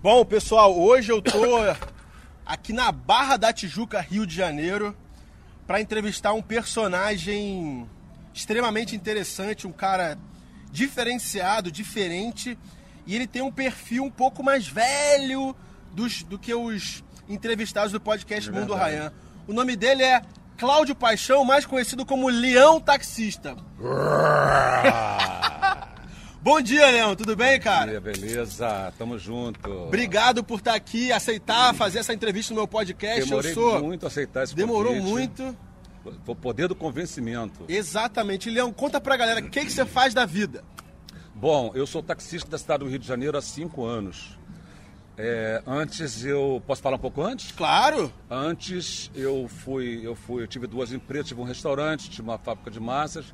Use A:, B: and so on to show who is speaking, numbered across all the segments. A: Bom, pessoal, hoje eu tô aqui na Barra da Tijuca, Rio de Janeiro, para entrevistar um personagem extremamente interessante, um cara diferenciado, diferente, e ele tem um perfil um pouco mais velho dos- do que os entrevistados do podcast Mundo Rayan. O nome dele é Cláudio Paixão, mais conhecido como Leão Taxista. Bom dia, Leão, tudo bem, cara?
B: Bom dia, beleza? Tamo junto.
A: Obrigado por estar aqui, aceitar fazer essa entrevista no meu podcast.
B: Demorei
A: eu sou.
B: muito a aceitar esse
A: Demorou
B: convite.
A: muito.
B: O poder do convencimento.
A: Exatamente. Leão, conta pra galera o que, que você faz da vida.
B: Bom, eu sou taxista da cidade do Rio de Janeiro há cinco anos. É, antes eu... Posso falar um pouco antes?
A: Claro!
B: Antes eu fui, eu fui, eu tive duas empresas, tive um restaurante, tive uma fábrica de massas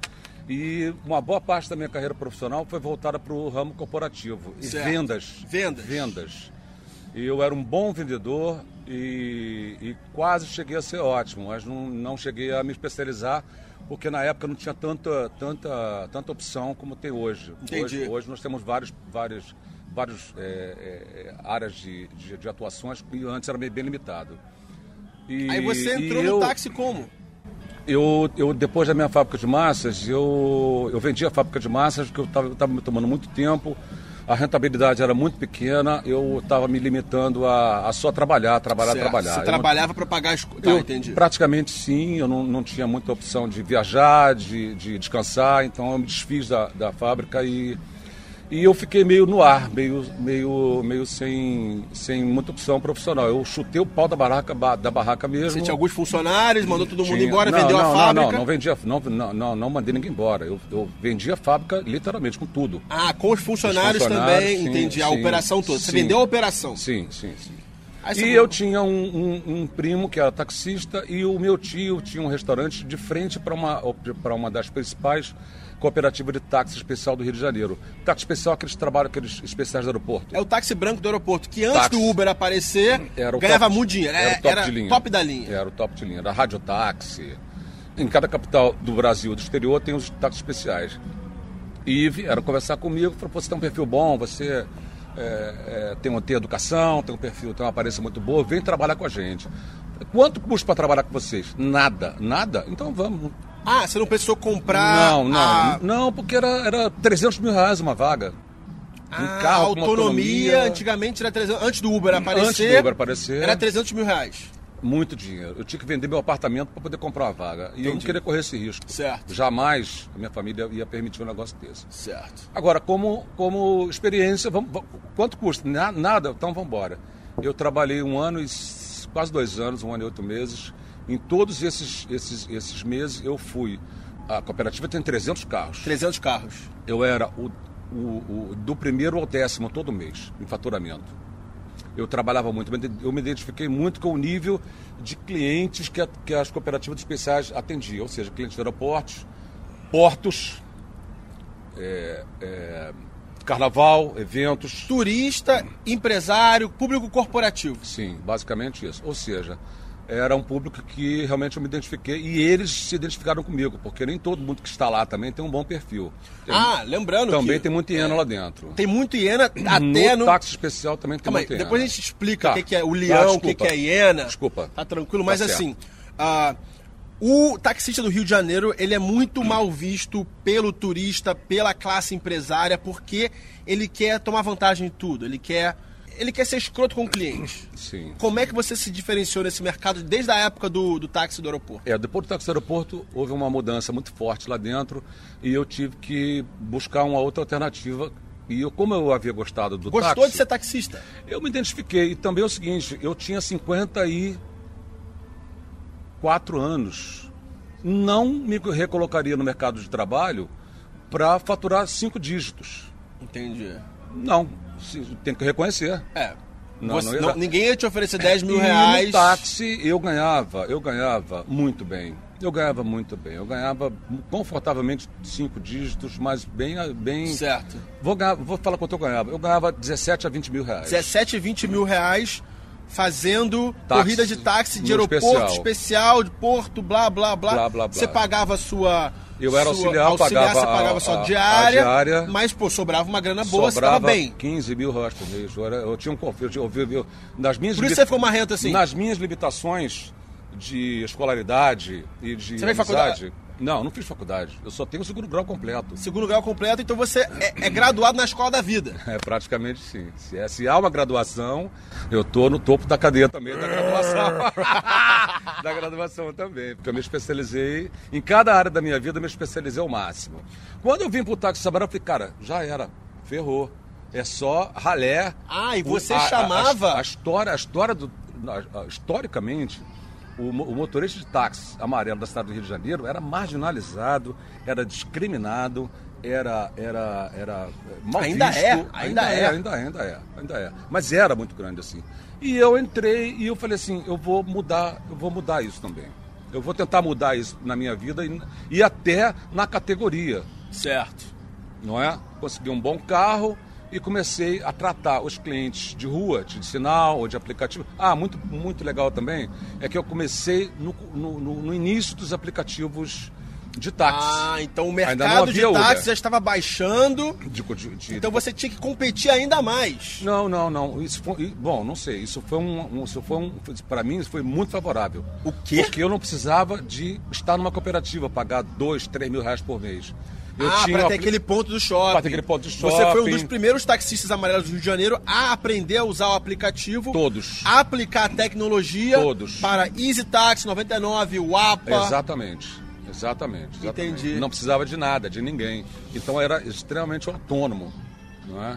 B: e uma boa parte da minha carreira profissional foi voltada para o ramo corporativo e
A: Certo.
B: vendas.
A: Vendas.
B: Vendas. E eu era um bom vendedor e, e quase cheguei a ser ótimo, mas não, não cheguei a me especializar porque na época não tinha tanta, tanta, tanta opção como tem hoje.
A: Entendi.
B: Hoje, hoje nós temos vários, vários, vários é, é, áreas de, de, de atuações que antes era meio bem limitado. E-
A: Aí você
B: e
A: entrou no
B: eu,
A: táxi como?
B: Eu, eu, depois da minha fábrica de massas, eu, eu vendi a fábrica de massas porque eu estava me tomando muito tempo, a rentabilidade era muito pequena, eu estava me limitando a, a só trabalhar, trabalhar,
A: Certo.
B: trabalhar.
A: Você
B: Eu não-
A: trabalhava pra pagar as coisas. Tá,
B: eu,
A: entendi.
B: Praticamente sim, eu não, não tinha muita opção de viajar, de, de descansar, então eu me desfiz da, da fábrica e, e eu fiquei meio no ar, meio, meio, meio sem, sem muita opção profissional. Eu chutei o pau da barraca, ba- da barraca mesmo.
A: Você tinha alguns funcionários, mandou todo mundo
B: Tinha-
A: embora,
B: não,
A: vendeu
B: não,
A: a
B: não,
A: fábrica.
B: Não, não, vendi a- não, não, não, não mandei ninguém embora. Eu, eu vendi a fábrica literalmente com tudo.
A: Ah, com os funcionários,
B: Os funcionários,
A: também,
B: sim,
A: entendi. a
B: sim,
A: operação toda. Você
B: sim.
A: vendeu a operação.
B: Sim, sim, sim.
A: Aí você-
B: E eu tinha um, um- um primo que era taxista e o meu tio tinha um restaurante de frente para uma, pra uma das principais cooperativas de táxi especial do Rio de Janeiro. Táxi especial é aqueles trabalhos, aqueles especiais do aeroporto.
A: É o táxi branco do aeroporto, que antes
B: Táxi.
A: do Uber aparecer,
B: Era o
A: ganhava
B: top-
A: muito dinheiro. É,
B: Era, o top, de linha. É.
A: top da linha.
B: Era o top de linha. Era radiotáxi. Em cada capital do Brasil, do exterior, tem os táxis especiais. E vieram conversar comigo, falaram, pô, você tem um perfil bom, você é, é, tem, uma, tem educação, tem um perfil, tem uma aparência muito boa, vem trabalhar com a gente. Quanto custa para trabalhar com vocês? Nada, nada? Então vamos.
A: Ah, você não pensou comprar.
B: não, não,
A: a-
B: não, porque era, era 300 mil reais uma vaga. Um
A: Ah,
B: carro com uma
A: autonomia, antigamente era 300, antes do Uber aparecer.
B: Antes do Uber aparecer.
A: Era 300 mil reais.
B: Muito dinheiro. Eu tinha que vender meu apartamento para poder comprar uma vaga. E eu não
A: Entendi.
B: queria correr esse risco.
A: Certo.
B: Jamais a minha família ia permitir um negócio desse.
A: Certo.
B: Agora, como, como experiência, vamos, vamos- quanto custa? Na- nada, então vamos embora. Eu trabalhei um ano e s- quase dois anos, um ano e oito meses. Em todos esses, esses, esses meses eu fui. A cooperativa tem 300 carros.
A: 300 carros.
B: Eu era o, o- o- do primeiro ao décimo todo mês em faturamento. Eu trabalhava muito, me ide- eu me identifiquei muito com o nível de clientes que, a- que as cooperativas especiais atendiam, ou seja, clientes de aeroportos, portos, é, é, carnaval, eventos.
A: Turista, empresário, público corporativo.
B: Sim, basicamente isso. Ou seja, era um público que realmente eu me identifiquei e eles se identificaram comigo, porque nem todo mundo que está lá também tem um bom perfil. Tem-
A: Ah, lembrando
B: também
A: que é.
B: tem muito hiena lá dentro.
A: tem muito hiena até
B: no,
A: no...
B: táxi especial também tem
A: Calma aí,
B: muito hiena.
A: depois a gente explica o
B: Tá.
A: que que é o
B: Tá,
A: leão, o que
B: desculpa.
A: que é a hiena.
B: Desculpa.
A: Tá tranquilo, mas
B: Tá certo.
A: assim, ah, o taxista do Rio de Janeiro, ele é muito mal visto pelo turista, pela classe empresária, porque ele quer tomar vantagem em tudo, ele quer... Ele quer ser escroto com o cliente.
B: Sim.
A: Como é que você se diferenciou nesse mercado desde a época do, do táxi do aeroporto?
B: É, depois do táxi do aeroporto houve uma mudança muito forte lá dentro e eu tive que buscar uma outra alternativa. E eu, como eu havia gostado do
A: Gostou
B: táxi,
A: de ser taxista?
B: eu me identifiquei. E também é o seguinte, eu tinha 54 anos. Não me recolocaria no mercado de trabalho para faturar cinco dígitos.
A: Entendi.
B: Não, se- tem que reconhecer.
A: É.
B: Não,
A: Você-
B: não ia
A: não-
B: dar.
A: ninguém ia te oferecer 10 mil
B: E
A: reais.
B: No táxi eu ganhava, eu ganhava muito bem. Eu ganhava muito bem. Eu ganhava confortavelmente cinco dígitos, mas bem. bem
A: Certo.
B: Vou, ganhar- vou falar quanto eu ganhava. Eu ganhava 17 a 20 mil reais.
A: 17, 20 mil reais fazendo
B: Táxi,
A: corrida de táxi de
B: no
A: aeroporto especial.
B: especial.
A: de porto, blá, blá, blá.
B: Blá, blá, blá.
A: Você pagava a sua...
B: Eu era
A: sua-
B: auxiliar, pagava
A: você pagava
B: a-
A: sua
B: a- a
A: diária,
B: diária.
A: mas, pô, sobrava uma grana boa, você
B: Sobrava
A: tava bem.
B: 15 mil reais por mês. Eu, era- eu tinha um conflito. Eu, eu, eu, nas minhas
A: Por isso
B: libi-
A: você ficou marrento assim.
B: Nas minhas limitações de escolaridade e de
A: Você fez
B: amizade. Não, não fiz faculdade. Eu só tenho o segundo grau completo.
A: Segundo grau completo, então você é, é graduado na escola da vida.
B: É, praticamente sim. Se, é- se há uma graduação, eu tô no topo da cadeia também da graduação. da graduação também, porque eu me especializei em cada área da minha vida, eu me especializei ao máximo. Quando eu vim pro táxi Sabará, eu falei, cara, já era, ferrou. É só ralé.
A: Ah, e
B: O-
A: você
B: a- a-
A: chamava-
B: A, a história, a história do a- a- historicamente o, mo- o motorista de táxi amarelo da cidade do Rio de Janeiro era marginalizado, era discriminado, era era era é, mal
A: Ainda
B: visto.
A: é, ainda é.
B: ainda é, ainda é, ainda é. Mas era muito grande assim. E eu entrei e eu falei assim, eu vou mudar, eu vou mudar isso também. Eu vou tentar mudar isso na minha vida e, e até na categoria,
A: Certo.
B: não é? Consegui um bom carro e comecei a tratar os clientes de rua, de sinal ou de aplicativo. Ah, muito, muito legal também é que eu comecei no, no- no- no início dos aplicativos de táxi.
A: Ah, então o
B: Ainda não
A: mercado de
B: havia Uber.
A: táxi já estava baixando,
B: De- de- de-
A: então você tinha que competir ainda mais.
B: Não, não, não. Isso foi, e- bom, não sei. Isso foi um, um- isso foi um para mim isso foi muito favorável.
A: O quê?
B: Porque eu não precisava de estar numa cooperativa, pagar dois, três mil reais por mês. Eu
A: ah,
B: tinha
A: pra
B: um
A: ter
B: apli-
A: aquele ponto do shopping.
B: Pra ter aquele ponto do
A: Você foi um
B: shopping.
A: dos primeiros taxistas amarelos do Rio de Janeiro a aprender a usar o aplicativo.
B: Todos.
A: A aplicar a tecnologia.
B: Todos.
A: Para Easy Taxi 99, WAPA.
B: Exatamente. Exatamente, exatamente.
A: Entendi.
B: Não precisava de nada, de ninguém. Então era extremamente autônomo, não é?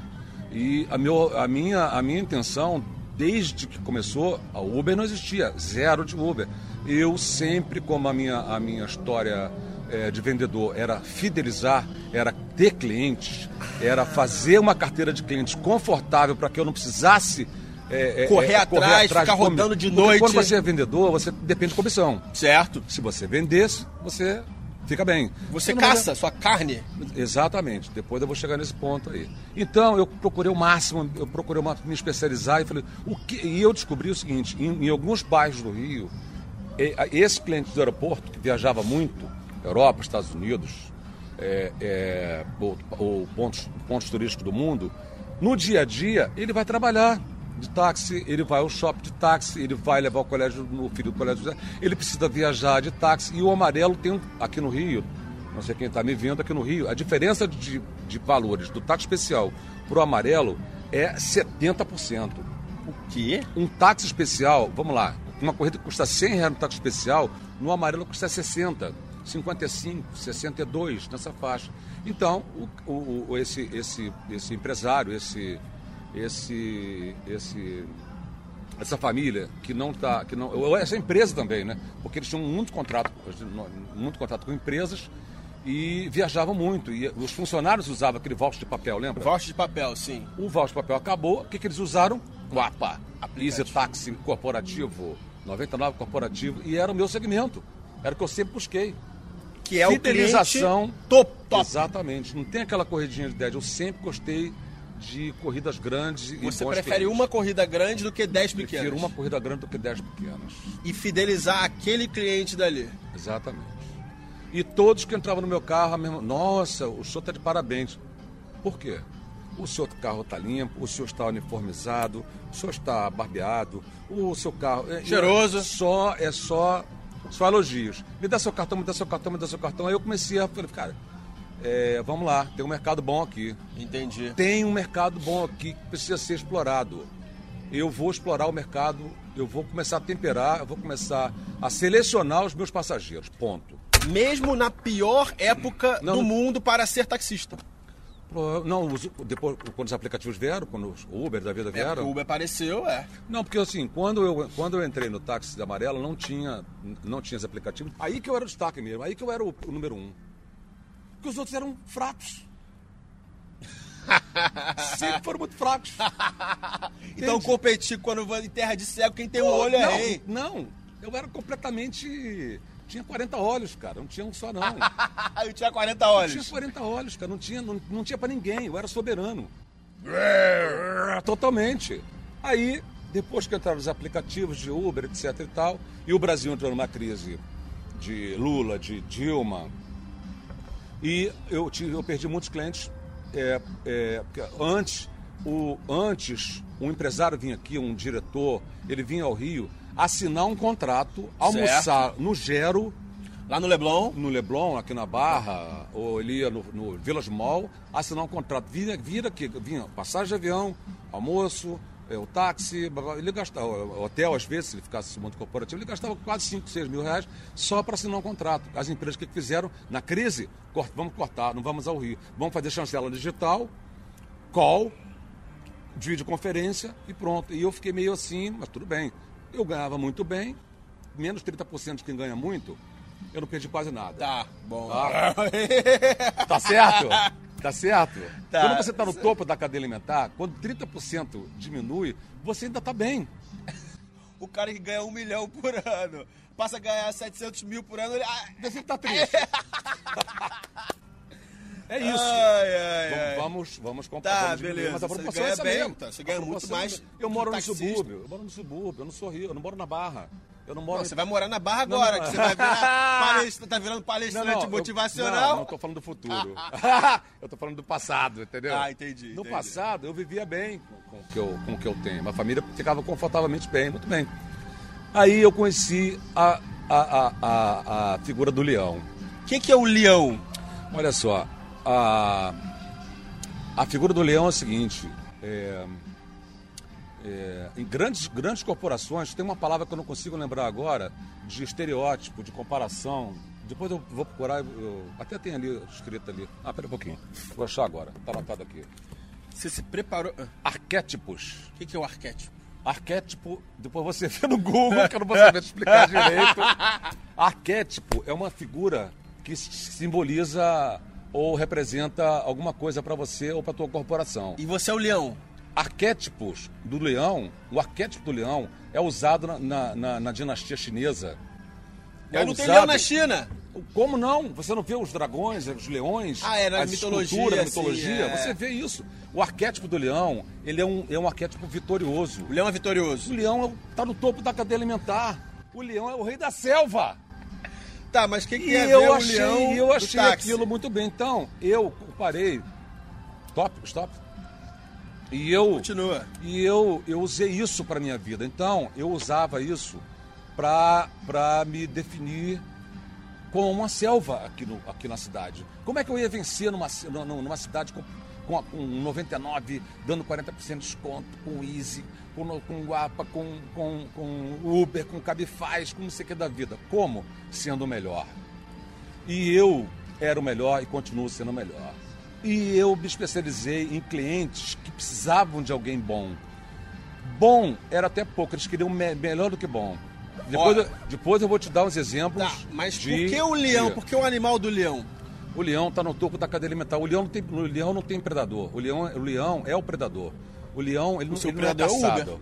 B: E a, meu, a, minha, a minha intenção, desde que começou, a Uber não existia, zero de Uber. Eu sempre, como a minha, a minha história eh, de vendedor era fidelizar, era ter clientes, era fazer uma carteira de clientes confortável para que eu não precisasse eh, eh,
A: Correr
B: eh,
A: atrás, ficar
B: de comi-
A: rodando de
B: Porque
A: noite.
B: Quando você é vendedor, você depende de comissão.
A: Certo.
B: Se você vendesse, você fica bem.
A: Você
B: Se não
A: caça sua carne.
B: vender- Exatamente. Depois eu vou chegar nesse ponto aí. Então eu procurei o máximo, eu procurei uma- me especializar e falei o que e eu descobri o seguinte: em, em alguns bairros do Rio, e- a- esse cliente do aeroporto que viajava muito, Europa, Estados Unidos, é, é, ou, ou pontos, pontos turísticos do mundo, no dia a dia ele vai trabalhar de táxi, ele vai ao shopping de táxi, ele vai levar o colégio, o filho do colégio, ele precisa viajar de táxi e o amarelo tem um- aqui no Rio, não sei quem está me vendo aqui no Rio, a diferença de, de valores do táxi especial para o amarelo é 70%.
A: O quê?
B: Um táxi especial, vamos lá, uma corrida que custa 100 reais no táxi especial, no amarelo custa 60, 55, 62, nessa faixa. Então, o, o- o- esse, esse, esse empresário, esse, esse, esse, essa família que não está, que não, ou essa empresa também, né? Porque eles tinham muito contrato, muito contrato com empresas e viajavam muito. E os funcionários usavam aquele voucher de papel, lembra?
A: Voucher de papel, sim.
B: O voucher de papel acabou. O que, que eles usaram? O APA, Easy Taxi Corporativo, 99 Corporativo. E era o meu segmento. Era o que eu sempre busquei.
A: Que é
B: Fidelização.
A: o cliente top, top.
B: Exatamente. Não tem aquela corridinha de 10. Eu sempre gostei de corridas grandes e
A: Você
B: bons
A: prefere
B: clientes.
A: uma corrida grande do que 10 pequenas.
B: Prefiro uma corrida grande do que 10 pequenas.
A: E fidelizar aquele cliente dali.
B: Exatamente. E todos que entravam no meu carro, a mesma, nossa, o senhor está de parabéns. Por quê? O seu carro está limpo, o senhor está uniformizado, o senhor está barbeado, o seu carro. é-
A: Cheiroso.
B: é só, é só, só elogios. Me dá seu cartão, me dá seu cartão, me dá seu cartão. Aí eu comecei a falei, cara, é, vamos lá, tem um mercado bom aqui
A: Entendi.
B: tem um mercado bom aqui que precisa ser explorado. Eu vou explorar o mercado, eu vou começar a temperar, eu vou começar a selecionar os meus passageiros. Ponto.
A: Mesmo na pior época
B: Não,
A: do
B: não-
A: mundo para ser taxista.
B: Pro- Não, os- depois, quando os aplicativos vieram, quando os Uber da vida
A: É, porque o
B: vieram.
A: Uber apareceu, é.
B: Não, porque assim, quando eu, quando eu entrei no táxi da Amarela, não tinha, não tinha esse aplicativo. Aí que eu era o destaque mesmo, aí que eu era o, o número um. Porque os outros eram fracos. Sempre foram muito fracos.
A: Então competir quando vai em terra de cego, quem tem um olho é
B: não,
A: rei.
B: não, eu era completamente. Tinha 40 olhos, cara. Não tinha um só, não.
A: Eu tinha 40
B: Eu tinha
A: olhos.
B: 40 olhos, cara. Não tinha, não, não tinha pra ninguém. Eu era soberano. Totalmente. Aí, depois que entraram os aplicativos de Uber, etc e tal, e o Brasil entrou numa crise de Lula, de Dilma, e eu, tive, eu perdi muitos clientes. É, é, porque antes, o, antes, um empresário vinha aqui, um diretor, ele vinha ao Rio assinar um contrato, almoçar no Gero,
A: Lá no Leblon,
B: no Leblon, aqui na Barra, ou ele ia no, no Village Mall, assinar um contrato. Vinha, vira que vinha passagem de avião, almoço, é, o táxi, blá, blá, ele gastava, o hotel às vezes, se ele ficasse no mundo corporativo, ele gastava quase 5, 6 mil reais só para assinar um contrato. As empresas o que que fizeram na crise, Cort- vamos cortar, não vamos ao Rio, vamos fazer chancela digital, call, de videoconferência e pronto. E eu fiquei meio assim, mas tudo bem. Eu ganhava muito bem, menos 30% de quem ganha muito, eu não perdi quase nada.
A: Tá, bom.
B: Tá, Tá certo? Tá certo?
A: Tá.
B: Quando você tá no topo da cadeia alimentar, quando 30% diminui, você ainda tá bem.
A: o cara que ganha um milhão por ano passa a ganhar 700 mil por ano, ele... Ah,
B: Você tá triste. É
A: Ai,
B: isso.
A: ai, ai.
B: Vamos- Vamos, vamos comprar.
A: É. Tá,
B: vamos diminuir,
A: beleza.
B: Mas a
A: Você
B: proporção é
A: ganha
B: essa
A: bem,
B: mesmo.
A: tá? Você
B: A
A: ganha muito
B: proporção é
A: mais
B: essa mesmo.
A: que
B: Eu
A: um
B: moro no
A: taxista.
B: subúrbio. Eu moro no subúrbio. Eu não sou Rio. Eu não moro na Barra. Eu não moro.
A: Pô, você vai morar na Barra
B: Não,
A: agora,
B: não.
A: que você vai virar palestra, tá virando palestrante
B: eu-
A: motivacional.
B: não, não tô falando do futuro. eu tô falando do passado, entendeu?
A: Ah, entendi,
B: No
A: entendi.
B: passado, eu vivia bem com, com o que eu, com o que eu tenho. Minha família ficava confortavelmente bem, muito bem. Aí eu conheci a, a, a, a, a figura do leão.
A: Quem que é o leão?
B: Olha só, a, a figura do leão é a seguinte. é, é, em grandes, grandes corporações, tem uma palavra que eu não consigo lembrar agora, de estereótipo, de comparação. Depois eu vou procurar, eu- eu- até tem ali escrito ali. Ah, pera um pouquinho. Vou achar agora, tá anotado aqui.
A: Você se preparou... Ah,
B: Arquétipos.
A: O que que é o arquétipo?
B: Arquétipo, depois você vê no Google, que eu não vou saber te explicar direito. Arquétipo é uma figura que s- simboliza ou representa alguma coisa para você ou para tua corporação. E
A: E você é o leão.
B: arquétipos do leão, o arquétipo do leão é usado na, na, na- na dinastia chinesa. É
A: Eu não tenho
B: usado-
A: leão na China.
B: Como não? Você não vê os dragões, os leões,
A: Ah, é, na
B: as
A: mitologia,
B: esculturas, na
A: assim,
B: mitologia?
A: é.
B: Você vê isso. O arquétipo do leão, ele é um, é um arquétipo vitorioso.
A: O leão é
B: O
A: vitorioso.
B: leão está no topo da cadeia alimentar. O leão é o rei da selva.
A: Tá, mas quem que
B: E
A: é
B: eu
A: o
B: achei,
A: leão
B: eu
A: do
B: achei
A: táxi?
B: aquilo muito bem. Então, eu comparei. Stop, stop. E eu.
A: Continua.
B: E eu, eu usei isso para minha vida. Então, eu usava isso para me definir como uma selva aqui, no, aqui na cidade. Como é que eu ia vencer numa, ci- nu- nu- numa cidade com, com, a- com 99, dando 40% de desconto, com Easy, com, no- com Guapa, com, com, com Uber, com Cabifaz, com não sei o que da vida? Como? Sendo o melhor. E eu era o melhor e continuo sendo o melhor. E eu me especializei em clientes que precisavam de alguém bom. Bom era até pouco, eles queriam me- melhor do que bom. Depois,
A: Ó.
B: eu, depois eu vou te dar uns exemplos.
A: Tá, mas
B: de,
A: por que o leão?
B: de-
A: Por que o animal do leão?
B: O leão está no topo da cadeia alimentar. O leão não tem, o leão não tem predador. O leão, o leão é o predador. O leão ele não,
A: seu
B: ele não é
A: predador é o Uber.
B: caçado.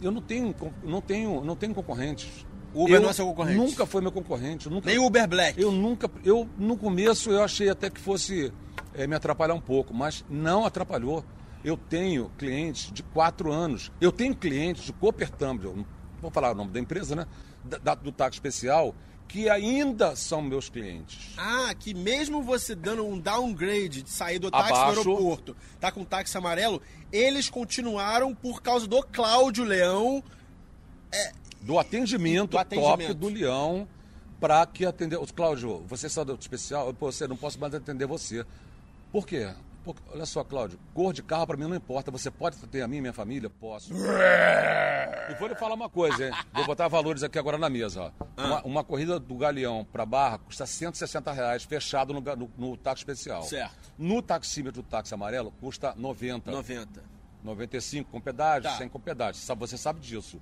B: Eu não tenho, con- não tenho, não tenho concorrentes.
A: O Uber
B: Eu
A: não é seu concorrente.
B: Nunca foi meu concorrente. eu Nunca,
A: Nem o Uber Black.
B: eu nunca. Eu, no começo, eu achei até que fosse eh, me atrapalhar um pouco, mas não atrapalhou. Eu tenho clientes de quatro anos. Eu tenho clientes de Cooper Tumblr, não vou falar o nome da empresa, né? Da- da- do táxi especial, que ainda são meus clientes.
A: Ah, que mesmo você dando um downgrade de sair do táxi
B: Abaixo.
A: do aeroporto, tá com táxi amarelo, eles continuaram por causa do Cláudio Leão.
B: Do atendimento,
A: Do atendimento.
B: top do Leão para que atender. Ô, Cláudio, você saiu do especial? Eu, pô, você não posso mais atender você. Por quê? Porque, olha só, Cláudio, cor de carro para mim não importa. Você pode ter a mim e minha família? Posso. E vou lhe falar uma coisa, hein? Vou botar valores aqui agora na mesa. Ó.
A: Ah.
B: Uma, uma corrida do Galeão para Barra custa 160 reais fechado no, ga- no, no táxi especial.
A: Certo.
B: No taxímetro do táxi amarelo custa 90.
A: 90.
B: 95 com pedágio,
A: Tá.
B: 100 com pedágio. Sabe- Você sabe disso.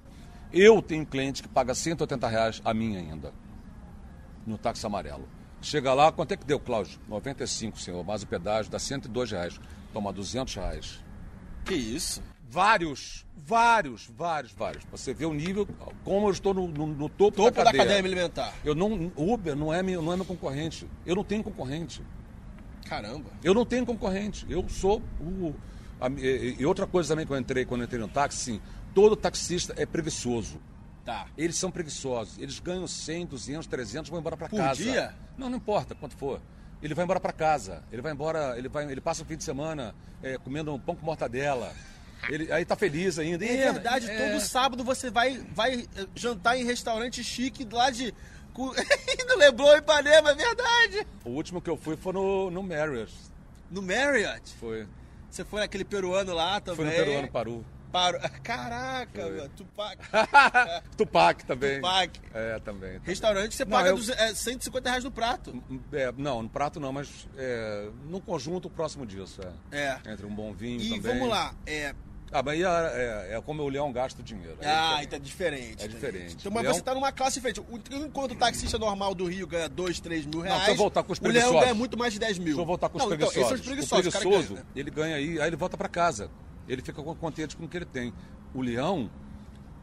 B: Eu tenho cliente que paga 180 reais a mim ainda, no táxi amarelo. Chega lá, quanto é que deu, Cláudio? 95, senhor, mais o pedágio dá 102 reais. Toma 200 reais.
A: Que isso?
B: Vários, vários, vários, vários. Pra Você vê o nível, como eu estou no, no- no topo,
A: Topo da
B: da
A: cadeia
B: cadeia.
A: alimentar.
B: eu não, Uber não é, meu, não é meu concorrente. Eu não tenho concorrente.
A: Caramba.
B: Eu não tenho concorrente. Eu sou o. a- e, e outra coisa também que eu entrei quando eu entrei no táxi, sim, todo taxista é preguiçoso.
A: Tá.
B: Eles são preguiçosos. Eles ganham 100, 200, 300, vão embora para
A: Por
B: casa.
A: dia?
B: Não, não importa quanto for. Ele vai embora para casa. Ele vai embora, ele vai, ele passa o fim de semana eh, comendo um pão com mortadela. Ele aí tá feliz ainda.
A: É verdade, todo sábado você vai, vai eh, jantar em restaurante chique lá de. cu- no Leblon Ipanema, é verdade!
B: O último que eu fui foi no, no Marriott.
A: No Marriott.
B: Foi.
A: Você foi naquele peruano lá também.
B: Foi no Peruano Paru.
A: Paro- Caraca,
B: Foi.
A: mano. Tupac.
B: Tupac também.
A: Tupac.
B: É, também.
A: Restaurante você
B: Não,
A: paga
B: eu-
A: duze- é, 150 reais no prato.
B: É, não, no prato não, mas é, no conjunto próximo disso. É.
A: É.
B: Entre um bom vinho
A: E
B: também.
A: vamos lá. É,
B: Ah, mas aí é, é, é como o leão gasta o dinheiro. Aí
A: Ah,
B: também.
A: então é diferente. tá
B: É diferente.
A: Então, mas
B: Leão-
A: você tá numa classe diferente. O- Enquanto o taxista normal do Rio ganha 2, 3 mil reais.
B: deixa eu voltar com os
A: O Leão
B: preguiçosos.
A: ganha muito mais de 10 mil.
B: Deixa eu voltar com os
A: Não, então,
B: preguiçosos.
A: esses são os preguiçosos.
B: o
A: cara
B: preguiçoso,
A: ganha, né?
B: ele ganha aí, aí ele volta para casa. Ele fica com- contente com o que ele tem. O leão,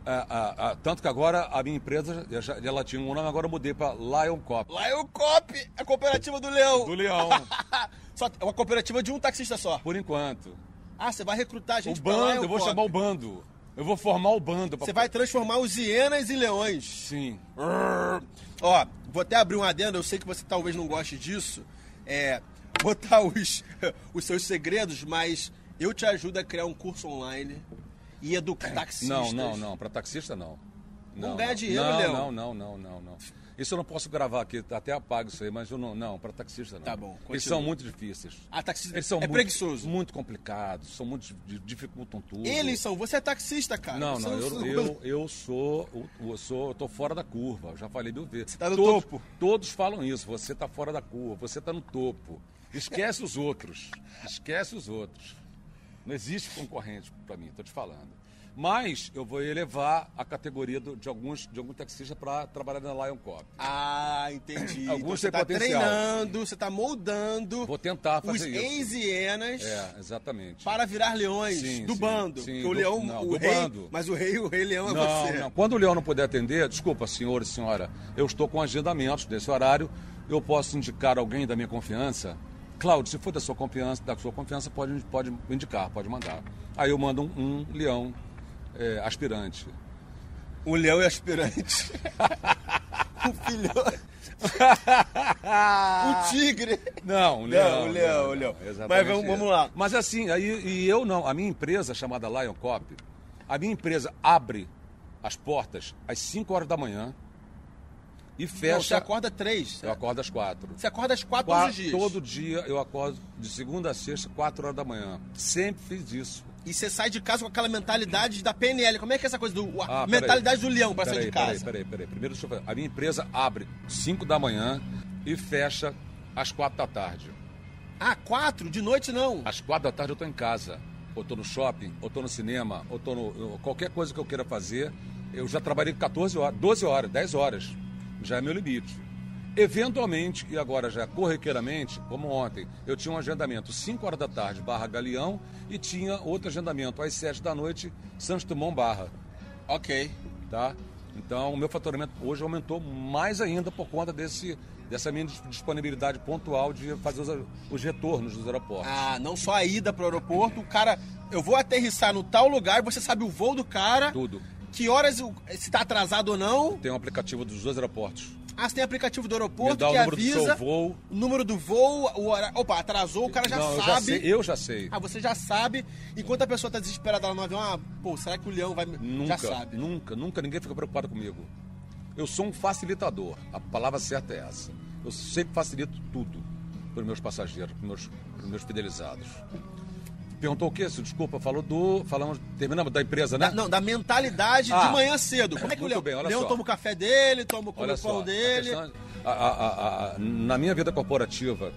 B: ah, ah, ah, tanto que agora a minha empresa, eu já- ela tinha um nome, agora eu mudei para Lion Cop.
A: Lá é o COP, a cooperativa do Leão.
B: Do leão,
A: Só, é uma cooperativa de um taxista só.
B: por enquanto.
A: Ah, você vai recrutar gente
B: o
A: pra lá, é
B: bando, eu vou
A: COP.
B: chamar o bando. Eu vou formar o bando. pra-
A: Você vai transformar os hienas em leões.
B: Sim.
A: Ó, vou até abrir um adendo, eu sei que você talvez não goste disso. É. Botar os, os seus segredos, mas eu te ajudo a criar um curso online e educar taxistas.
B: É, Não, não, não. Para taxista, não.
A: Não ganha dinheiro,
B: não,
A: Leão.
B: Não, não, não, não, não. Isso eu não posso gravar aqui, tá até apago isso aí, mas eu não, não, para taxista não.
A: Tá bom,
B: Eles
A: continua.
B: são muito difíceis.
A: Ah, taxista
B: Eles são
A: é
B: muito,
A: preguiçoso.
B: Muito complicados, são muito di- dificultam tudo.
A: Eles são, você é taxista, cara.
B: Não,
A: Você
B: não, eu,
A: sou-
B: eu, eu sou, eu sou, eu tô fora da curva, eu já falei mil vezes. Você
A: tá no
B: todos,
A: topo.
B: Todos falam isso, você tá fora da curva, você tá no topo. Esquece os outros, esquece os outros. Não existe concorrente para mim, tô te falando. Mas eu vou elevar a categoria do- de alguns de algum taxista para trabalhar na Lion Cop.
A: Ah, entendi.
B: Alguns
A: então, você
B: têm
A: tá
B: potencial.
A: treinando, você tá moldando
B: Vou tentar
A: os
B: fazer isso.
A: ex-hienas
B: É, exatamente.
A: para virar leões
B: Sim,
A: do
B: sim,
A: bando.
B: sim,
A: Porque o
B: do-
A: leão,
B: não,
A: o
B: do
A: rei,
B: bando.
A: mas o rei, o rei leão é
B: Não,
A: você.
B: não. Quando o leão não puder atender, desculpa, senhor e senhora, eu estou com agendamentos desse horário, eu posso indicar alguém da minha confiança? Cláudio, se for da sua confiança, da sua confiança, pode, pode indicar, pode mandar. Aí eu mando um, um leão é, aspirante.
A: O leão é aspirante. o filhote. o tigre.
B: Não, o
A: Leão,
B: leão.
A: o leão, o leão. Mas vamos- vamos lá.
B: Mas assim, aí, e eu não, a minha empresa chamada Lion Cop, a minha empresa abre as portas às 5 horas da manhã e fecha.
A: Não, você acorda três.
B: Eu acordo às 4.
A: Você acorda às quatro
B: Qua-
A: todos os dias.
B: Todo dia eu acordo de segunda a sexta, 4 horas da manhã. Sempre fiz isso.
A: E você sai de casa com aquela mentalidade da PNL. Como é que é essa coisa do. a
B: Ah, peraí.
A: mentalidade do leão pra sair
B: Peraí,
A: de casa?
B: Peraí, peraí, peraí. Primeiro deixa eu falar. A minha empresa abre 5 da manhã e fecha às 4 da tarde.
A: Ah, quatro? De noite não.
B: Às 4 da tarde eu tô em casa. Ou tô no shopping, ou tô no cinema, ou tô no. qualquer coisa que eu queira fazer. Eu já trabalhei 14 horas, 12 horas, 10 horas. Já é meu limite. Eventualmente, e agora já corriqueiramente, como ontem, eu tinha um agendamento 5 horas da tarde, barra Galeão, e tinha outro agendamento às 7 da noite, Santos Dumont barra.
A: Ok.
B: Tá? Então o meu faturamento hoje aumentou mais ainda por conta desse, dessa minha dis- disponibilidade pontual de fazer os, os retornos dos aeroportos.
A: Ah, não só a ida pro aeroporto, o cara. Eu vou aterrissar no tal lugar, você sabe o voo do cara,
B: Tudo.
A: que horas, o- se tá atrasado ou não.
B: Tem um aplicativo dos dois aeroportos.
A: Ah, você tem aplicativo do
B: Me
A: aeroporto
B: dá o
A: que
B: número do
A: avisa.
B: seu voo.
A: O número do voo, o horário. Opa, atrasou, o cara já
B: Não, eu já
A: sabe.
B: sei. Eu já sei.
A: Ah, você já sabe. Enquanto a pessoa tá desesperada lá no avião, ah, pô, será que o leão vai. me- Já
B: Nunca,
A: sabe.
B: nunca, nunca ninguém fica preocupado comigo. Eu sou um facilitador. A palavra certa é essa. Eu sempre facilito tudo para os meus passageiros, para os meus, para os meus fidelizados. Perguntou o quê? Se desculpa, falou do. Falamos, terminamos da empresa, né?
A: Da- não, da mentalidade de
B: Ah.
A: manhã cedo. Como é que o
B: Muito
A: leão,
B: bem, olha
A: leão
B: só.
A: toma o café dele, toma o
B: Olha
A: pão
B: só, a
A: dele.
B: questão- é a- a- a- a- na minha vida corporativa,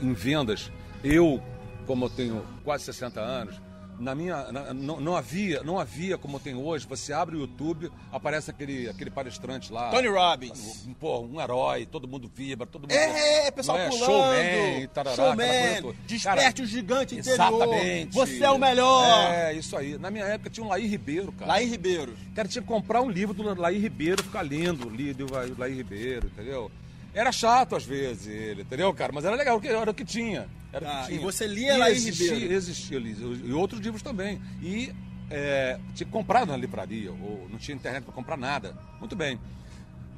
B: em vendas, eu, como eu tenho quase 60 anos, na minha na- não, não havia não havia como tem hoje você abre o YouTube aparece aquele aquele palestrante lá
A: Tony Robbins.
B: um, pô, um herói todo mundo vibra todo mundo
A: É, pessoal
B: não
A: pulando.
B: showman, tarará, aquela coisa
A: showman,
B: toda.
A: desperte
B: Cara,
A: o gigante interior.
B: exatamente
A: Você é o melhor.
B: é isso aí na minha época tinha um Laí Ribeiro cara
A: Lá em Ribeiro.
B: Cara, tinha que comprar um livro do Laí Ribeiro, ficar lendo o livro do Laí- Laí Ribeiro, entendeu? Era chato às vezes ele, entendeu, cara? Mas era legal, porque era o que tinha. Era o
A: Tá,
B: que tinha.
A: e você lia Laí
B: existia,
A: Ribeiro?
B: Existia, eu li- eu- e outros livros também. E é, tinha que comprar na livraria, ou não tinha internet para comprar nada. Muito bem.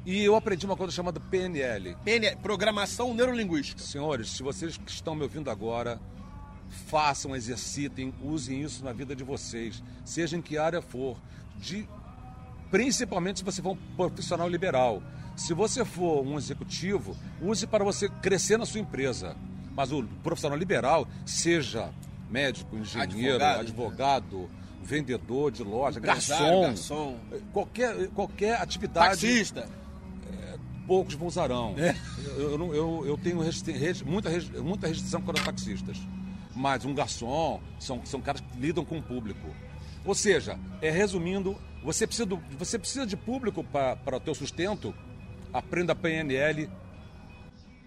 B: E eu aprendi uma coisa chamada PNL.
A: PNL, Programação Neurolinguística.
B: Senhores, se vocês que estão me ouvindo agora, façam, exercitem, usem isso na vida de vocês, seja em que área for, de- principalmente se você for um profissional liberal. Se você for um executivo, use para você crescer na sua empresa. Mas o profissional liberal, seja médico, engenheiro,
A: Advogado.
B: advogado, vendedor de loja,
A: Empresário,
B: garçom,
A: garçom.
B: qualquer, qualquer atividade
A: Taxista.
B: poucos vão usarão. Eu, eu, não- eu, eu tenho resti- res- muita, res- muita restrição contra taxistas. Mas um garçom são, são caras que lidam com o público. Ou seja, é resumindo, você precisa, do- você precisa de público pa- para o teu sustento? Aprenda PNL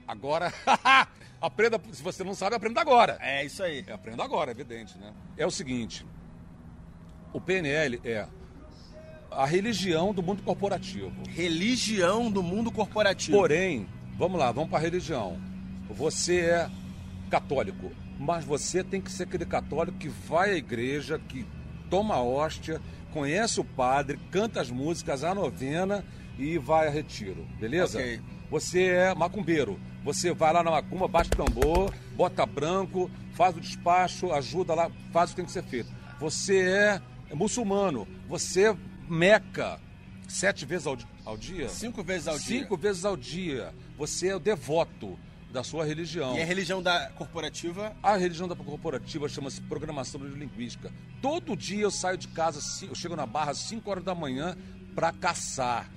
B: agora. aprenda, se você não sabe, aprenda agora.
A: É isso aí.
B: É, aprenda agora, é evidente, né? É o seguinte, o PNL é a religião do mundo corporativo.
A: Religião do mundo corporativo.
B: Porém, vamos lá, vamos para a religião. Você é católico, mas você tem que ser aquele católico que vai à igreja, que toma a hóstia, conhece o padre, canta as músicas, a novena e vai a retiro, beleza?
A: Ok.
B: Você é macumbeiro. Você vai lá na macumba, bate o tambor, bota branco, faz o despacho, ajuda lá, faz o que tem que ser feito. Você é muçulmano. Você é meca sete vezes ao, di- ao dia?
A: Cinco vezes ao dia.
B: Cinco vezes ao dia. Você é o devoto da sua religião.
A: E a religião da corporativa
B: A religião da corporativa chama-se programação linguística. Todo dia eu saio de casa, ci- eu chego na barra às 5 horas da manhã para caçar.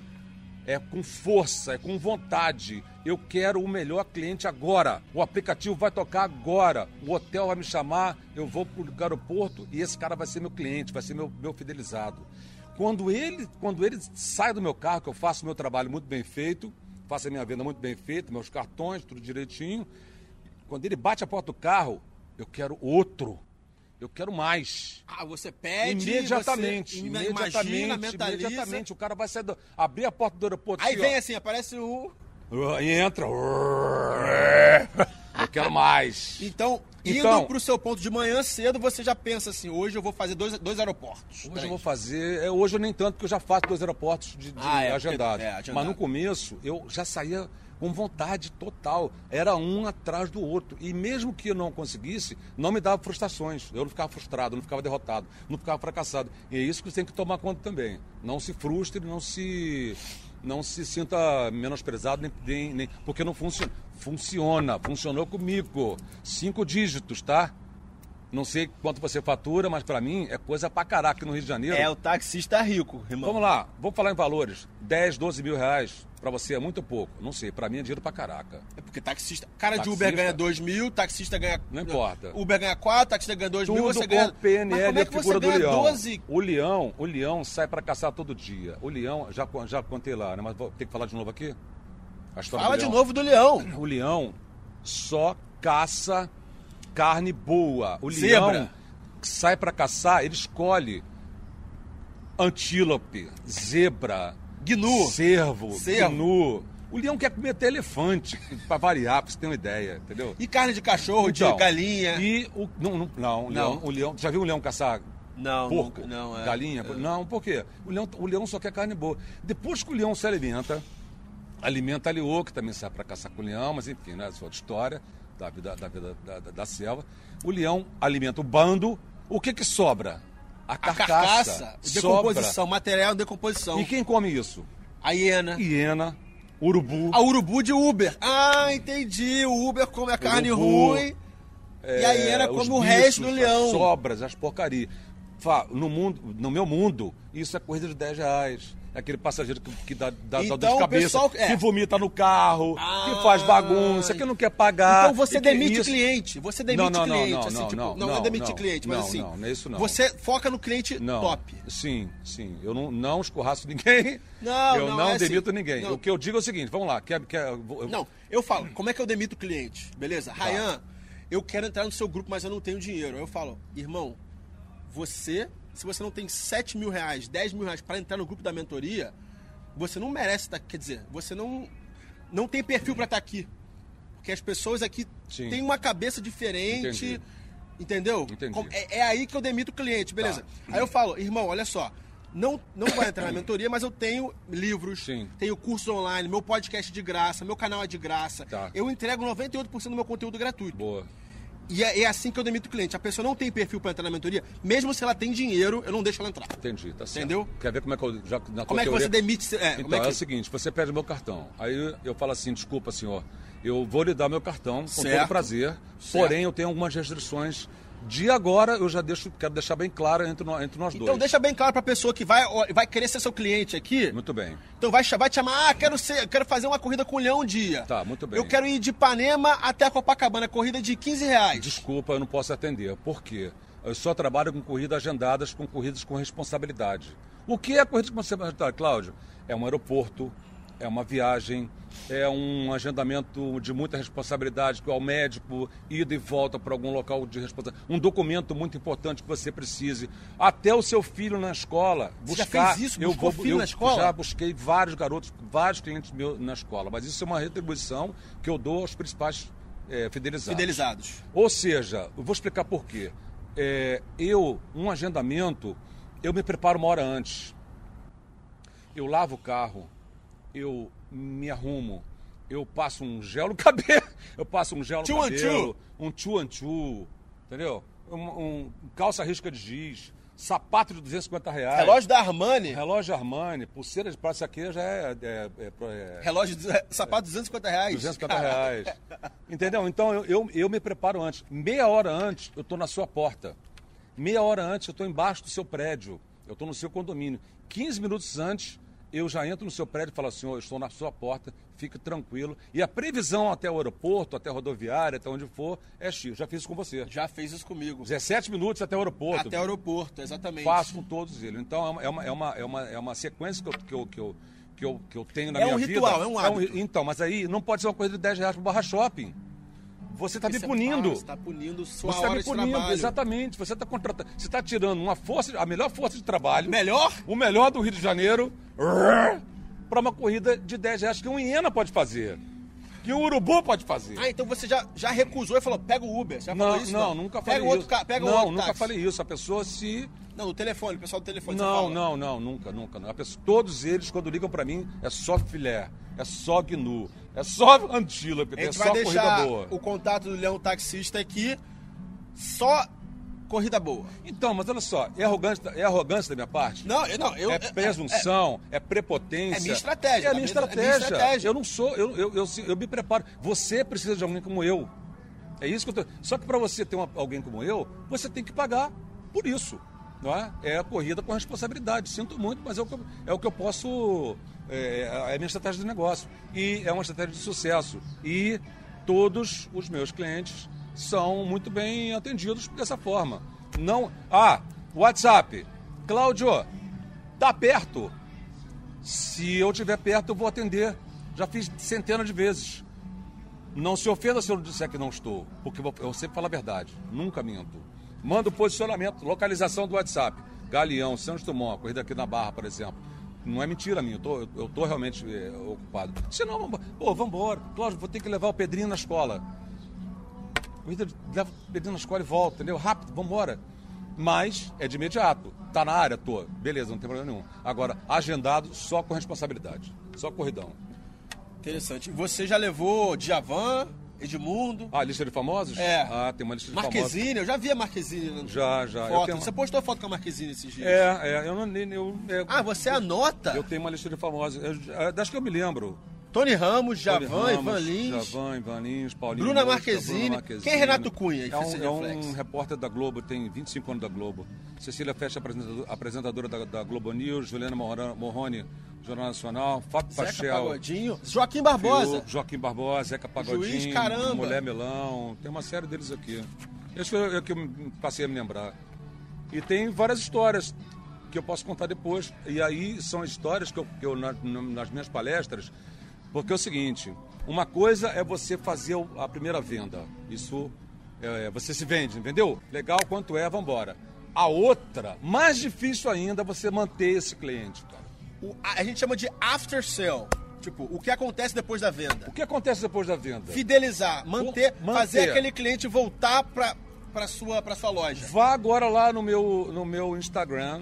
B: É com força, é com vontade. Eu quero o melhor cliente agora. O aplicativo vai tocar agora. O hotel vai me chamar, eu vou pro aeroporto e esse cara vai ser meu cliente, vai ser meu, meu fidelizado. Quando ele, quando ele sai do meu carro, que eu faço o meu trabalho muito bem feito, faço a minha venda muito bem feita, meus cartões, tudo direitinho, quando ele bate a porta do carro, eu quero outro. Eu quero mais.
A: Ah, você pede
B: imediatamente.
A: você
B: imediatamente.
A: imagina, mentaliza.
B: imediatamente. O cara vai sair do, abrir a porta do aeroporto.
A: Aí
B: assim,
A: vem
B: ó.
A: assim, aparece o.
B: Uh, E entra. Eu quero mais.
A: Então, indo
B: Então-
A: pro seu ponto de manhã cedo, você já pensa assim: hoje eu vou fazer dois, dois aeroportos.
B: Hoje eu vou fazer. é, Hoje eu nem tanto, porque eu já faço dois aeroportos de, de
A: Ah, é, porque-
B: agendado.
A: é, agendado.
B: Mas no começo eu já saía com vontade total. Era um atrás do outro. E mesmo que eu não conseguisse, não me dava frustrações. Eu não ficava frustrado, não ficava derrotado, não ficava fracassado. E é isso que você tem que tomar conta também. Não se frustre, não se. Não se sinta menosprezado, nem, nem- nem- porque não funciona. Funciona, funcionou comigo. Cinco dígitos, tá? Não sei quanto você fatura, mas pra mim é coisa pra caraca aqui no Rio de Janeiro.
A: É, o taxista rico, irmão.
B: Vamos lá, vou falar em valores. 10, 12 mil reais, pra você é muito pouco. Não sei, pra mim é dinheiro pra caraca.
A: É porque taxista. Cara de
B: Taxista.
A: Uber ganha 2 mil, taxista ganha.
B: Não importa.
A: Uber ganha 4, taxista ganha 2 mil,
B: Tudo
A: você
B: com
A: ganha.
B: PNL,
A: Mas como é que
B: a
A: você
B: figura do
A: ganha
B: leão.
A: 12?
B: O leão, o leão sai pra caçar todo dia. O leão, já, con- já contei lá, né? Mas vou ter que falar de novo aqui? A história
A: Fala
B: do
A: de
B: leão.
A: novo do leão.
B: O leão só caça carne boa. O
A: Zebra.
B: leão que sai pra caçar, ele escolhe antílope, zebra,
A: Gnu.
B: cervo,
A: Cervo.
B: gnu. O leão quer comer até elefante, pra variar, pra você ter uma ideia, entendeu?
A: E carne de cachorro,
B: Então,
A: de galinha.
B: E o, não, não, não, o leão, o leão- já viu um leão caçar
A: Não,
B: porco,
A: não, não, é.
B: galinha? Não, por quê? O leão, o leão só quer carne boa. Depois que o leão se alimenta, alimenta a leoa, que também sai para caçar com o leão, mas enfim, né, essa é outra história da vida da, vida, da, da- da selva. O leão alimenta o bando, o que que sobra? A
A: A
B: carcaça.
A: carcaça,
B: sobra.
A: decomposição, material em decomposição.
B: E quem come isso?
A: A hiena.
B: Hiena, urubu.
A: A urubu de Uber. Ah, entendi. O Uber come a carne
B: Urubu, é,
A: ruim. e a hiena
B: os
A: come o
B: bichos,
A: resto do
B: as
A: leão.
B: sobras, as porcarias. fa- no, mundo, no meu mundo, isso é corrida de 10 reais. É aquele passageiro que, que dá, dá, dá dor
A: Então,
B: de
A: o
B: cabeça,
A: pessoal- é.
B: que vomita no carro,
A: Ah,
B: que faz bagunça, que não quer pagar.
A: Então você
B: e que
A: demite o
B: isso-
A: cliente. Você
B: Não,
A: demite
B: não,
A: o
B: não,
A: cliente.
B: não,
A: assim,
B: não,
A: tipo,
B: não,
A: não, é
B: não,
A: demite
B: não,
A: cliente, mas
B: não,
A: assim.
B: não, não é isso não.
A: Você foca no cliente
B: Não.
A: top.
B: Sim, sim. Eu não, não escorraço ninguém.
A: Não,
B: eu
A: não,
B: não,
A: é assim,
B: demito ninguém.
A: não.
B: O que eu digo é o seguinte, vamos lá. Quer, quer, eu vou- eu- Tá.
A: Não, eu falo, como é que eu demito o cliente? Beleza? Rayan, eu quero entrar no seu grupo, mas eu não tenho dinheiro. Aí Eu falo, irmão, você, se você não tem 7 mil reais, 10 mil reais pra entrar no grupo da mentoria, você não merece estar aqui. Quer dizer, você não, não tem perfil pra estar aqui. Porque as pessoas aqui
B: Sim.
A: têm uma cabeça diferente.
B: Entendi.
A: Entendeu?
B: Entendi. Tá.
A: Com- É, é aí que eu demito o cliente, beleza. Aí eu falo, irmão, olha só. Não, não vai entrar na mentoria, mas eu tenho livros,
B: Sim.
A: tenho cursos online, meu podcast é de graça, meu canal é de graça.
B: Tá.
A: Eu entrego 98% do meu conteúdo gratuito.
B: Boa.
A: E é, é assim que eu demito o cliente. A pessoa não tem perfil pra entrar na mentoria, mesmo se ela tem dinheiro, eu não deixo ela entrar.
B: Entendi, tá certo.
A: Entendeu?
B: Quer ver como é que eu já
A: Como
B: na tua
A: é que
B: teoria-
A: você demite? É,
B: Então,
A: como é
B: é,
A: que...
B: o seguinte, você pede meu cartão. Aí eu falo assim, desculpa, senhor, eu vou lhe dar meu cartão com
A: Certo.
B: todo prazer,
A: Certo.
B: porém eu tenho algumas restrições. De agora eu já deixo, quero deixar bem claro entre, nó- entre nós
A: Então
B: dois.
A: deixa bem claro pra pessoa que vai, ó, vai querer ser seu cliente aqui.
B: Muito bem.
A: Então vai, cha- vai te chamar, ah, quero, ser, quero fazer uma corrida com o Leão um dia.
B: Tá, muito bem.
A: Eu quero ir de Ipanema até a Copacabana, corrida de 15 reais.
B: Desculpa, eu não posso atender. Por quê? Eu só trabalho com corridas agendadas, com corridas com responsabilidade. O que é corrida com responsabilidade, Cláudio? É um aeroporto, é uma viagem, é um agendamento de muita responsabilidade, que é o médico, ida e volta para algum local de responsabilidade. Um documento muito importante que você precise. Até o seu filho na escola.
A: Você já
B: Buscar,
A: fez isso?
B: Eu
A: Buscou
B: vou,
A: filho
B: eu
A: na escola?
B: Já busquei vários garotos, vários clientes meus na escola. Mas isso é uma retribuição que eu dou aos principais eh, fidelizados.
A: Fidelizados.
B: Ou seja, eu vou explicar por quê. É, eu, um agendamento, eu me preparo uma hora antes. Eu lavo o carro, eu me arrumo, eu passo um gel no cabelo, eu passo um gel no
A: Tchu and
B: cabelo, um tchu-anchu, entendeu? Um, um calça risca de giz, sapato de 250 reais.
A: Relógio da Armani,
B: Relógio Armani, pulseira de prata, isso aqui já é- é- é- é
A: relógio, de, sapato 250 reais.
B: 250
A: Cara,
B: reais. Entendeu? Então eu, eu, eu me preparo antes. Meia hora antes, eu estou na sua porta. Meia hora antes, eu estou embaixo do seu prédio. Eu estou no seu condomínio. 15 minutos antes, eu já entro no seu prédio e falo assim: "Ó, eu estou na sua porta, fique tranquilo. E a previsão até o aeroporto, até a rodoviária, até onde for, é X. Já fiz isso com você.
A: Já fez isso comigo.
B: 17 minutos até o aeroporto.
A: Até o aeroporto, exatamente.
B: Faço com todos eles. Então é uma, é uma, é uma, é uma, é uma sequência que eu, que, eu, que, eu, que, eu, que eu tenho na
A: É
B: minha
A: um
B: vida.
A: ritual, é um hábito.
B: ri- então, mas aí não pode ser uma coisa de 10 reais pro barra shopping. Você está me
A: Você
B: punindo.
A: Você tá punindo sua
B: Você está
A: hora
B: me punindo,
A: de trabalho.
B: exatamente. Você está contratando. Você está tirando uma força, a melhor força de trabalho,
A: Melhor?
B: o melhor do Rio de Janeiro, para uma corrida de 10 reais que um hiena pode fazer. Que um urubu pode fazer.
A: Ah, então você já, já recusou e falou, pega o Uber. Você já
B: não,
A: falou isso?
B: não, nunca falei
A: pega o outro,
B: isso.
A: ca- Pega
B: não,
A: o outro
B: nunca
A: táxi.
B: falei isso. A pessoa se
A: Não, no telefone, o pessoal do telefone. você
B: Não,
A: fala.
B: não, não, nunca, nunca. não. A pessoa- todos eles, quando ligam pra mim, é só filé, é só gnu, é só antílope,
A: A
B: é
A: gente
B: só
A: vai
B: corrida
A: deixar
B: boa.
A: o contato do Leão Taxista aqui. Só corrida boa.
B: Então, mas olha só, é arrogância, da- é arrogância da minha parte?
A: Não, eu não. Eu,
B: é presunção, é, prepotência.
A: é minha estratégia,
B: É
A: tá
B: a minha
A: vendo? É
B: estratégia.
A: minha estratégia.
B: Eu não sou, eu, eu, eu, eu me preparo. Você precisa de alguém como eu. É isso que eu tô... Só que pra você ter uma- alguém como eu, você tem que pagar por isso. Não é? é a corrida com responsabilidade. Sinto muito, mas é o que eu, é o que eu posso. É, é a minha estratégia de negócio. E é uma estratégia de sucesso. E todos os meus clientes são muito bem atendidos dessa forma. Não. Ah, WhatsApp. Cláudio, tá perto. Se eu estiver perto, eu vou atender. Já fiz centenas de vezes. Não se ofenda se eu disser que não estou, porque eu- eu sempre falo a verdade, nunca minto. Manda o posicionamento, localização do WhatsApp. Galeão, Santos Dumont, corrida aqui na Barra, por exemplo. Não é mentira minha, eu tô, eu- eu tô realmente eh, ocupado. Senão, vamos- pô, vambora. Cláudio, vou ter que levar o Pedrinho na escola. Corrida, de- leva o Pedrinho na escola e volta, entendeu? Rápido, vambora. Mas é de imediato. Tá na área, tô. Beleza, não tem problema nenhum. Agora, agendado só com responsabilidade. Só corridão.
A: Interessante. Você já levou Djavan, Edmundo,
B: Ah, lista de famosos?
A: É.
B: Ah, tem uma lista de famosos.
A: Marquezine. Eu já vi a Marquezine. né?
B: Já, já.
A: Foto.
B: Eu tenho uma-
A: Você postou foto com a Marquezine esses dias.
B: É, é, eu não. nem- Eu, é,
A: Ah, você anota?
B: Eu tenho uma lista de famosos. Eu, é, das que eu me lembro.
A: Tony Ramos,
B: Tony
A: Javan,
B: Ramos,
A: Ivan Lins.
B: Javan, Ivan Lins, Paulinho.
A: Bruna
B: Mosca,
A: Marquezine.
B: Bruna
A: Quem é Renato Cunha,
B: É um,
A: esse
B: é um
A: reflexo?
B: repórter da Globo, tem 25 anos da Globo. Cecília Festa, apresentador- apresentadora da, da Globo News. Juliana Morra- Morrone, Jornal Nacional. Fábio
A: Zeca
B: Pachel.
A: Pagodinho. Joaquim Barbosa.
B: Fio- Joaquim Barbosa, Zeca Pagodinho.
A: Juiz, caramba.
B: Mulher Melão. Tem uma série deles aqui. Esse foi o que eu me- passei a me lembrar. E tem várias histórias que eu posso contar depois. E aí são as histórias que eu, que eu na- na- nas minhas palestras. Porque é o seguinte: uma coisa é você fazer o- a primeira venda. Isso é, você se vende, entendeu? Legal, quanto é, vambora. A outra, mais difícil ainda, é você manter esse cliente, cara.
A: O- a, a gente chama de after sale. Tipo, o que acontece depois da venda.
B: O que acontece depois da venda?
A: Fidelizar, manter,
B: Manter.
A: fazer aquele cliente voltar pra, pra, sua, pra sua loja.
B: Vá agora lá no meu, no meu Instagram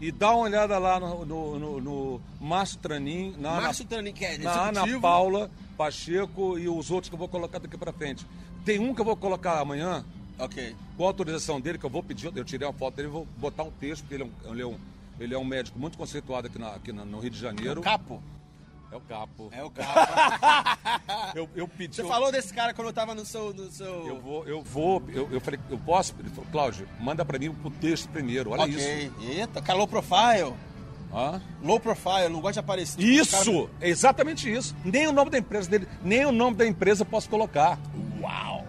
B: e dá uma olhada lá no, no, no- no Márcio Tranin, na, Ana-
A: Márcio Tranin, que é
B: na Ana
A: executivo.
B: Paula Pacheco e os outros que eu vou colocar daqui pra frente. Tem um que eu vou colocar amanhã,
A: Ok.
B: com a autorização dele, que eu vou pedir, eu tirei uma foto dele, vou botar um texto, porque ele é um, ele é um, ele é um médico muito conceituado aqui, na- aqui na- no Rio de Janeiro.
A: Capo.
B: É o capo.
A: É o capo.
B: Eu, eu pedi.
A: Você
B: eu-
A: falou desse cara quando eu tava no seu. No seu...
B: Eu vou, eu vou, eu, eu falei, eu posso? Ele falou, Cláudio, manda pra mim o texto primeiro, olha
A: ok.
B: isso.
A: Eita, cara, low profile.
B: Hã?
A: Low profile, não gosta de aparecer.
B: Isso! É exatamente isso. Nem o nome da empresa dele, nem o nome da empresa eu posso colocar.
A: Uau!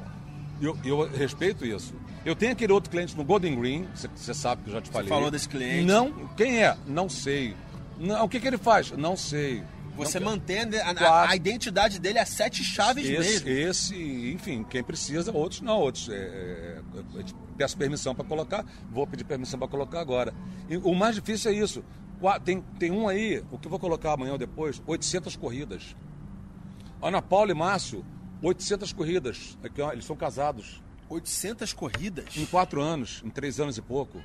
B: Eu, eu respeito isso. Eu tenho aquele outro cliente no Golden Green, você sabe que eu já te falei.
A: falou desse cliente.
B: Não, quem é? Não sei. Não, o que, que ele faz? Não sei.
A: Você
B: Não-
A: mantém a, a-
B: Claro.
A: a identidade dele a sete chaves
B: esse,
A: mesmo.
B: esse, enfim, quem precisa, outros não, outros. é, é, eu te peço permissão para colocar, vou pedir permissão para colocar agora. E o mais difícil é isso. Qua- Tem, tem um aí, o que eu vou colocar amanhã ou depois, 800 corridas. Ana Paula e Márcio, 800 corridas. Aqui, ó, eles são casados
A: 800 corridas.
B: em quatro anos, em três anos e pouco.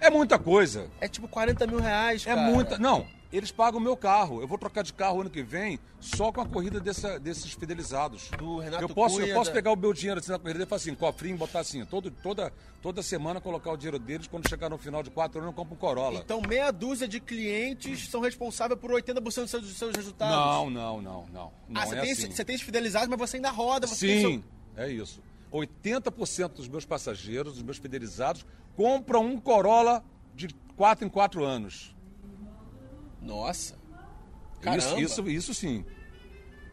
B: É muita coisa.
A: É tipo 40 mil reais,
B: É
A: cara.
B: muita. Não, eles pagam o meu carro. Eu vou trocar de carro ano que vem só com a corrida dessa- desses fidelizados.
A: Do Renato
B: eu posso,
A: Cunha,
B: eu posso
A: da-
B: pegar o meu dinheiro assim na corrida e fazer assim, cofrinho, botar assim, todo, toda, toda semana colocar o dinheiro deles. Quando chegar no final de quatro anos, eu compro um Corolla.
A: Então, meia dúzia de clientes são responsáveis por 80% dos seus, dos seus resultados.
B: Não, não, não, não. Não
A: tá, Ah, você,
B: é
A: tem,
B: assim.
A: você tem os fidelizados, mas você ainda roda. Você tem
B: Sim,
A: seu-
B: é isso. 80% dos meus passageiros, dos meus fidelizados, compram um Corolla de quatro em quatro anos.
A: Nossa.
B: Isso,
A: Caramba.
B: isso, isso sim.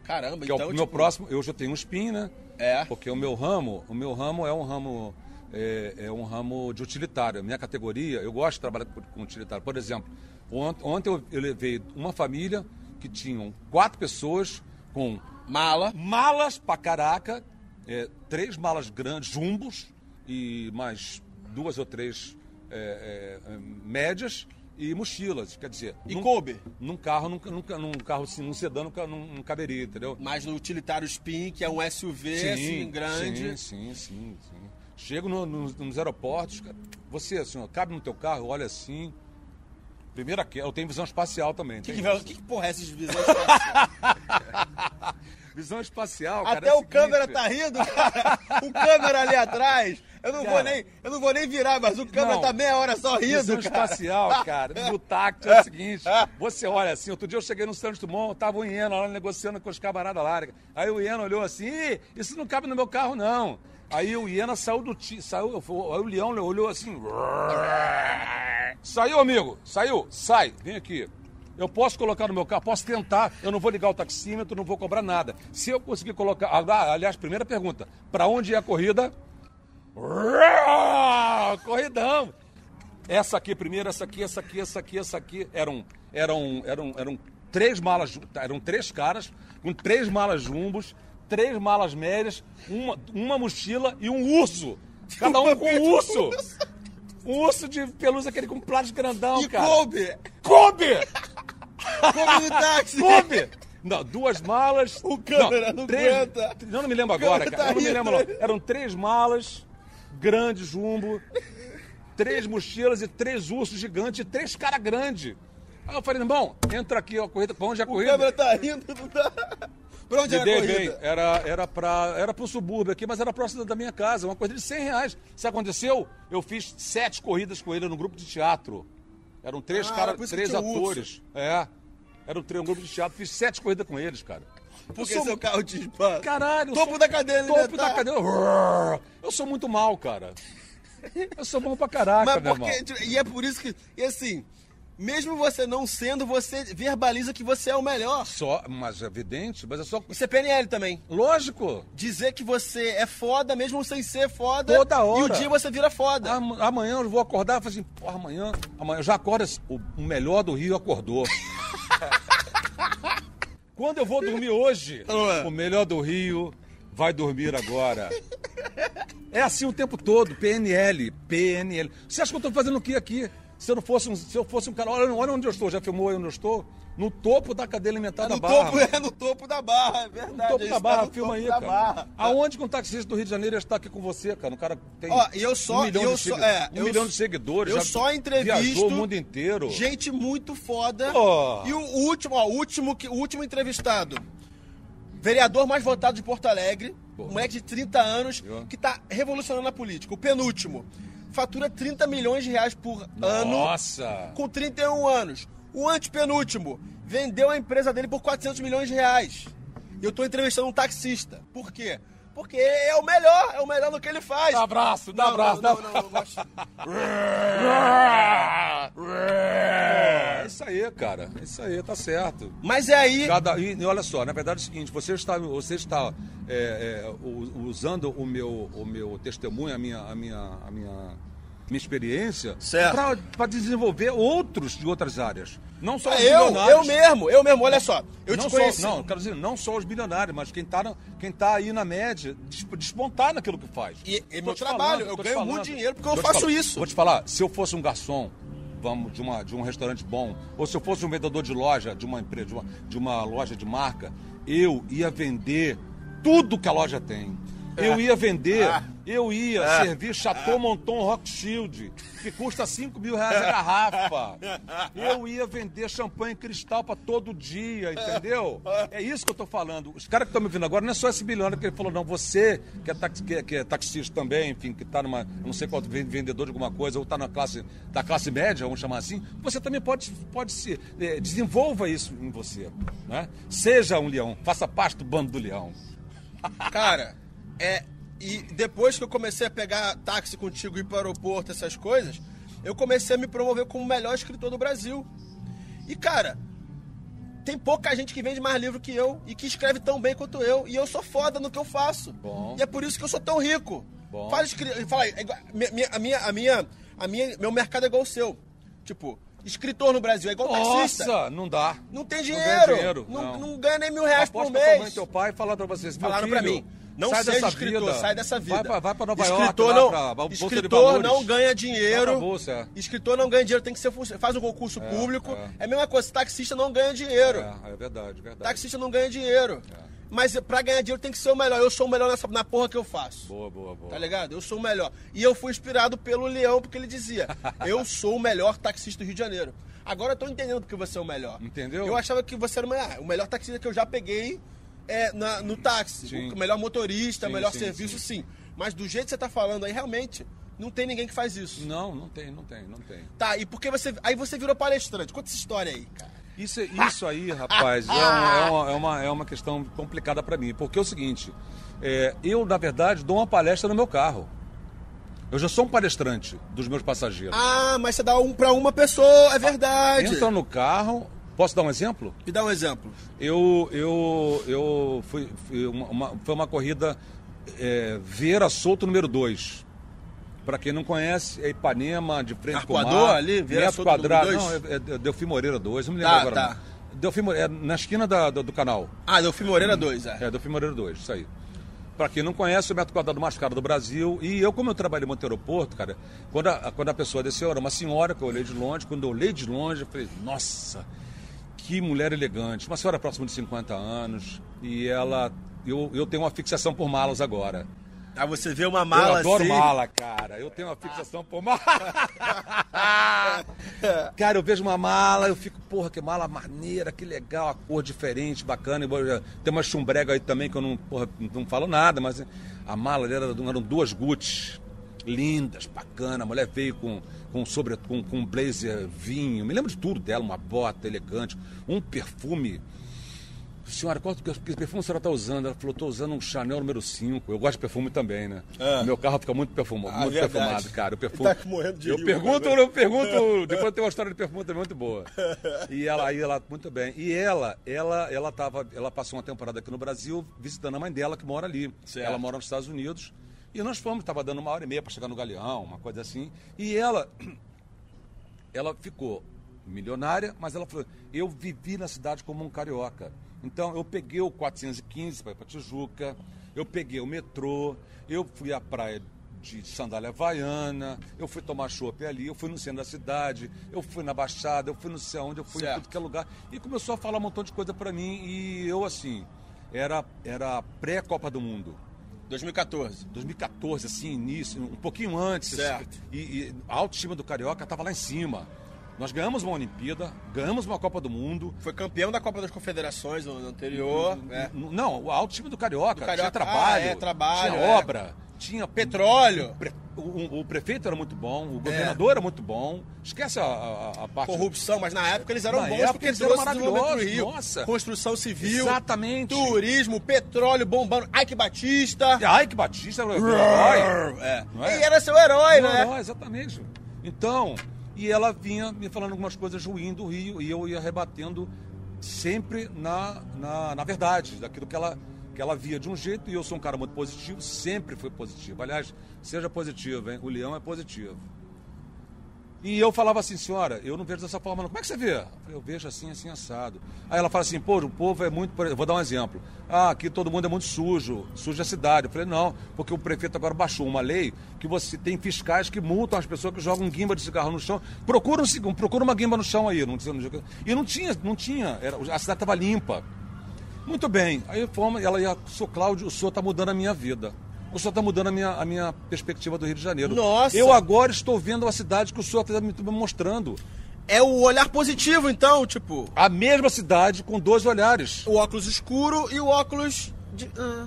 A: Caramba,
B: Que é o
A: então.
B: meu
A: tipo,
B: próximo, eu já tenho um spin, né?
A: É.
B: Porque o meu ramo, o meu ramo é um ramo é, é um ramo de utilitário. A minha categoria, eu gosto de trabalhar com com utilitário. Por exemplo, ont- ontem eu, eu levei uma família que tinham quatro pessoas com
A: Mala.
B: malas pra caraca, é, três malas grandes, jumbos, e mais duas ou três é, é, é, médias e mochilas, quer dizer.
A: E
B: num-
A: coube.
B: Num carro, num, num, num carro assim, num sedã, nunca não, não caberia, entendeu?
A: Mas no utilitário Spin, que é um SUV, assim, grande.
B: Sim, sim, sim. sim. Chego no- no- nos aeroportos, cara, você, senhor, cabe no teu carro, olha assim. Primeira que eu tenho visão espacial também.
A: Que,
B: tem
A: que,
B: isso.
A: que, que porra é essa divisão?
B: Visão espacial, cara.
A: Até
B: é
A: o
B: seguinte.
A: câmera tá rindo, cara. O câmera ali atrás. Eu não, vou
B: Cara.
A: nem, eu não vou nem virar, mas o câmera
B: Não.
A: tá meia hora só
B: Visão
A: rindo. Cara.
B: espacial, cara, do táctil é o seguinte, você olha assim, outro dia eu cheguei no Santos Dumont, tava o Iena lá negociando com os camaradas lá, aí o Iena olhou assim, Ih, isso não cabe no meu carro não. Aí o Iena saiu do ti, saiu, aí o Leão olhou assim, saiu amigo, saiu, sai, vem aqui. Eu posso colocar no meu carro, posso tentar, eu não vou ligar o taxímetro, não vou cobrar nada. Se eu conseguir colocar, ah, aliás, primeira pergunta, pra onde é a corrida? Corridão! Essa aqui primeiro, essa aqui, essa aqui, essa aqui, essa aqui. um, Eram, eram, eram, eram um, três malas, ju- eram três caras com três malas jumbos, três malas médias, uma, uma mochila e um urso. Cada um com um urso. Um urso de pelúcia, aquele com plástico grandão,
A: E
B: cara.
A: coube!
B: Coube!
A: Coube no táxi!
B: Coube! Não, duas malas.
A: O câmera não
B: três,
A: aguenta.
B: Eu não me lembro agora,
A: câmera
B: cara. Eu
A: tá
B: não me lembro. não.
A: rindo.
B: Eram três malas, grande jumbo, três mochilas e três ursos gigantes e três caras grandes. Aí eu falei, irmão, entra aqui, ó, corrida, pra onde é a
A: O
B: corrida?
A: câmera tá rindo. não tá? Pra onde
B: Me
A: era a
B: dei bem.
A: corrida?
B: Era, era, pra, era pro subúrbio aqui, mas era próximo da minha casa. Uma corrida de 100 reais. Sabe o que aconteceu? Eu fiz sete corridas com ele no grupo de teatro. Eram três
A: Ah,
B: caras,
A: por isso que
B: três
A: tinha um urso.
B: atores. É. Era o trem, um grupo de teatro. Fiz sete corridas com eles, cara.
A: Porque
B: Eu sou-
A: seu carro te espanta.
B: Caralho, eu
A: Topo
B: sou-
A: da né? cadeira
B: Topo
A: alimentar.
B: da cadeira. Rrr. Eu sou muito mal, cara. Eu sou bom pra caraca,
A: Mas
B: meu irmão.
A: porque, tipo, e é por isso que, e assim, mesmo você não sendo, você verbaliza que você é o melhor.
B: Só, mas é evidente, mas é só.
A: Isso é PNL também.
B: Lógico!
A: Dizer que você é foda, mesmo sem ser foda.
B: Toda hora. Ah,
A: E o dia você vira foda.
B: Am- Amanhã eu vou acordar e falar assim, porra, amanhã, amanhã eu já acorda. O o melhor do Rio acordou. Quando eu vou dormir hoje,
A: Ué.
B: o melhor do Rio vai dormir agora. É assim o tempo todo, PNL, PNL. Você acha que eu tô fazendo o que aqui? Se eu não fosse um, se eu fosse um cara, olha, olha onde eu estou, já filmou aí onde eu estou? No topo da cadeia alimentar da
A: no,
B: barra.
A: topo, é no topo da barra, é verdade.
B: No topo
A: ele
B: da
A: está
B: barra,
A: no
B: filma
A: topo
B: aí,
A: da
B: cara.
A: barra.
B: Aonde que um taxista do Rio de Janeiro ia estar aqui com você, cara? O cara tem
A: Ó, e eu só-
B: um milhão,
A: eu
B: de,
A: só-
B: segui-
A: é,
B: um
A: eu
B: milhão
A: só-
B: de seguidores.
A: eu
B: já
A: só
B: Viajou
A: entrevisto
B: o mundo inteiro.
A: Gente muito foda.
B: Ó.
A: E o último, ó, o último, que- o último entrevistado. Vereador mais votado de Porto Alegre, Um
B: Porra.
A: moleque de 30 anos,
B: Viu?
A: que tá revolucionando a política. O penúltimo. Fatura 30 milhões de reais por ano
B: Nossa!
A: com 31 anos. O antepenúltimo vendeu a empresa dele por 400 milhões de reais. E eu tô entrevistando um taxista. Por quê? Porque é o melhor, é o melhor no que ele faz.
B: Dá abraço, dá
A: Não,
B: abraço, dá
A: não, não, não, não gosto.
B: É isso aí, cara. É isso aí, tá certo.
A: Mas é aí.
B: Cada- e, e olha só, na verdade é o seguinte, você está, você está é, é, u- usando o meu, o meu testemunho, a minha, a minha, a minha, minha experiência
A: Certo.
B: para desenvolver outros de outras áreas. Não só os
A: É, Ah, Eu, eu
B: bilionários.
A: mesmo, eu mesmo, olha só. Eu
B: não
A: te conheci.
B: Só, não, quero dizer, não só os bilionários, mas quem está quem tá aí na média, des- despontar naquilo que faz.
A: E- e
B: Tô
A: meu
B: te
A: trabalho, eu
B: tô te
A: ganho muito dinheiro porque eu
B: Tô te
A: faço
B: fal-
A: isso.
B: Vou te falar, se eu fosse um garçom vamos, de, uma, de um restaurante bom, ou se eu fosse um vendedor de loja, de uma empresa, de uma, de uma loja de marca, eu ia vender tudo que a loja tem.
A: É.
B: Eu ia vender,
A: Ah.
B: eu ia servir Chateau Monton Rock Shield, que custa 5 mil reais a garrafa. Eu ia vender champanhe cristal pra todo dia, entendeu? É isso que eu tô falando. Os caras que estão me ouvindo agora, não é só esse bilionário que ele falou, não. Você, que é, taxi- que é- que é taxista também, enfim, que tá numa, eu não sei qual, ven- vendedor de alguma coisa, ou tá na classe, da classe média, vamos chamar assim, você também pode, pode se, eh, desenvolva isso em você, né? Seja um leão, faça parte do bando do leão.
A: Cara, é. E depois que eu comecei a pegar táxi contigo, ir para o aeroporto, essas coisas, eu comecei a me promover como o melhor escritor do Brasil. E, cara, tem pouca gente que vende mais livro que eu e que escreve tão bem quanto eu. E eu sou foda no que eu faço.
B: Bom.
A: E é por isso que eu sou tão rico.
B: Bom.
A: Fala, escri- fala aí, é igual- mi- mi- a minha, a minha, a minha, meu mercado é igual o seu. Tipo, escritor no Brasil é igual taxista.
B: Nossa, não dá.
A: Não tem
B: ganha
A: dinheiro. Não, não ganha nem mil reais
B: Aposto
A: por
B: pra tua mãe
A: mês.
B: e teu pai falaram pra vocês. meu
A: Falaram
B: filho,
A: pra mim. Não
B: sai
A: seja
B: dessa
A: escritor,
B: vida.
A: sai dessa vida.
B: Vai pra, vai pra Nova
A: escritor
B: York,
A: não,
B: lá pra Bolsa de
A: escritor
B: Valores.
A: não ganha
B: Vai pra
A: dinheiro.
B: bolsa.
A: Escritor não ganha dinheiro, tem que ser funcio- faz um concurso público.
B: é.
A: É. a mesma coisa, taxista não ganha dinheiro.
B: É, é verdade, verdade.
A: Taxista não ganha dinheiro. Mas pra ganhar dinheiro tem que ser o melhor. Eu sou o melhor nessa, na porra que eu faço.
B: Boa, boa, boa.
A: Tá ligado? Eu sou o melhor. E eu fui inspirado pelo Leão, porque ele dizia: Eu sou o melhor taxista do Rio de Janeiro. Agora eu tô entendendo porque você é o melhor.
B: Entendeu?
A: Eu achava que você era o melhor. Ah, O melhor taxista que eu já peguei é na- no táxi.
B: Sim.
A: O melhor motorista, o
B: Sim,
A: melhor
B: sim,
A: serviço, sim. Mas do jeito que você tá falando aí, realmente, não tem ninguém que faz isso.
B: Não, não tem, não tem, não tem.
A: Tá, e porque você. Aí você virou palestrante. Conta essa história aí, cara.
B: Isso, isso aí, rapaz, é, um- é uma, é, uma, é uma questão complicada pra mim. Porque é o seguinte, é, eu, na verdade, dou uma palestra no meu carro. Eu já sou um palestrante dos meus passageiros.
A: Ah, mas você dá um pra uma pessoa, é verdade.
B: Entra no carro... Posso dar um exemplo?
A: Me dá um exemplo.
B: Eu, eu, eu fui, fui uma, uma- foi uma corrida é, Vera Solto número 2. Para quem não conhece, é Ipanema, de frente com o
A: Arpoador
B: mar,
A: ali, Vera
B: metro
A: Souto número
B: quadrado.
A: dois?
B: Não, é, é Delfim Moreira 2, não me lembro
A: Tá,
B: agora.
A: tá.
B: não. Delfim Moreira, é na esquina da- do, do canal.
A: Ah, Delfim Moreira 2, é.
B: É, Delfim Moreira 2, isso aí. Pra quem não conhece, o metro quadrado mais caro do Brasil. E eu, como eu trabalhei muito no aeroporto, cara, quando a, quando a pessoa desceu, era uma senhora que eu olhei de longe. Quando eu olhei de longe, eu falei, nossa, que mulher elegante. Uma senhora próxima de 50 anos. E ela. Eu, eu tenho uma fixação por malas agora.
A: Aí você vê uma mala
B: eu adoro
A: assim.
B: mala, cara. Eu tenho uma fixação por mala. cara, eu vejo uma mala, eu fico, porra, que mala maneira, que legal, a cor diferente, bacana. E eu- Tem uma chumbrega aí também que eu não, porra, não falo nada, mas a mala dela eram duas Gucci. lindas, bacana. A mulher veio com, com, sobre, com, com um blazer vinho. Me lembro de tudo dela, uma bota elegante, um perfume. Senhora, qual que que perfume a senhora está usando? Ela falou, estou usando um Chanel número 5. Eu gosto de perfume também, né?
C: Ah.
B: Meu carro fica muito perfumado,
C: Ah,
B: muito
C: verdade.
B: perfumado, cara. O perfume.
C: Tá morrendo de né?
B: eu
C: rio,
B: pergunto,
C: cara.
B: eu pergunto. Depois tem uma história de perfume também muito boa. E ela, aí ela, muito bem. E ela, ela, ela tava, ela passou uma temporada aqui no Brasil visitando a mãe dela que mora ali.
C: Certo.
B: Ela mora nos Estados Unidos. E nós fomos, estava dando uma hora e meia para chegar no Galeão, uma coisa assim. E ela ela ficou milionária, mas ela falou: eu vivi na cidade como um carioca. Então eu peguei o 415 para ir para Tijuca, eu peguei o metrô, eu fui à praia de sandália havaiana, eu fui tomar chopp ali, eu fui no centro da cidade, eu fui na Baixada, eu fui não sei aonde, eu fui
C: Certo.
B: em tudo que é lugar. E começou a falar um montão de coisa para mim e eu assim, era, era pré-Copa do Mundo.
C: 2014.
B: 2014, assim, início, um pouquinho antes.
C: Certo.
B: E, e a autoestima do Carioca estava lá em cima. Nós ganhamos uma Olimpíada, ganhamos uma Copa do Mundo.
A: Foi campeão da Copa das Confederações no no anterior. né?
B: N- Não, a autoestima do Carioca,
A: Do Carioca,
B: tinha trabalho,
A: ah, é, trabalho,
B: tinha
A: é.
B: obra, tinha
A: Petróleo.
B: Pre- O, o prefeito era muito bom, o governador era muito bom. Esquece a, a- a parte.
A: É. Corrupção, mas na época eles eram
B: Na
A: bons
B: época
A: porque
B: eles
A: trouxe
B: eram
A: desenvolvimento pro
B: maravilhosos,
A: Rio.
B: nossa.
A: Construção civil,
B: Exatamente.
A: turismo, petróleo bombando, Ike Batista.
B: Ai, que Batista era o herói.
A: É.
B: Não é?
A: E era seu herói,
B: Não,
A: né?
B: não, exatamente. Então, e ela vinha me falando algumas coisas ruins do Rio e eu ia rebatendo sempre na, na, na verdade, daquilo que ela, que ela via de um jeito. E eu sou um cara muito positivo, sempre fui positivo. Aliás, seja positivo, hein? O leão é positivo. E eu falava assim, senhora, eu não vejo dessa forma não. Como é que você vê? Eu, falei, "Eu vejo assim, assim, assado. Aí ela fala assim, pô, o povo é muito... por exemplo, Vou dar um exemplo. Ah, aqui todo mundo é muito sujo, suja a cidade. Eu falei, não, porque o prefeito agora baixou uma lei que você tem fiscais que multam as pessoas que jogam guimba de cigarro no chão. Procura, um, cig- procura uma guimba no chão aí. Não, não- e não tinha, não tinha. Era, a cidade estava limpa. Muito bem. Aí fomos, ela ia, sou Cláudio, o senhor está mudando a minha vida. O senhor está mudando a minha, a minha perspectiva do Rio de Janeiro.
A: Nossa!
B: Eu agora estou vendo a cidade que o senhor está me me mostrando.
A: É o olhar positivo, então, tipo,
B: A mesma cidade com dois olhares,
A: o óculos escuro e o óculos de. ah.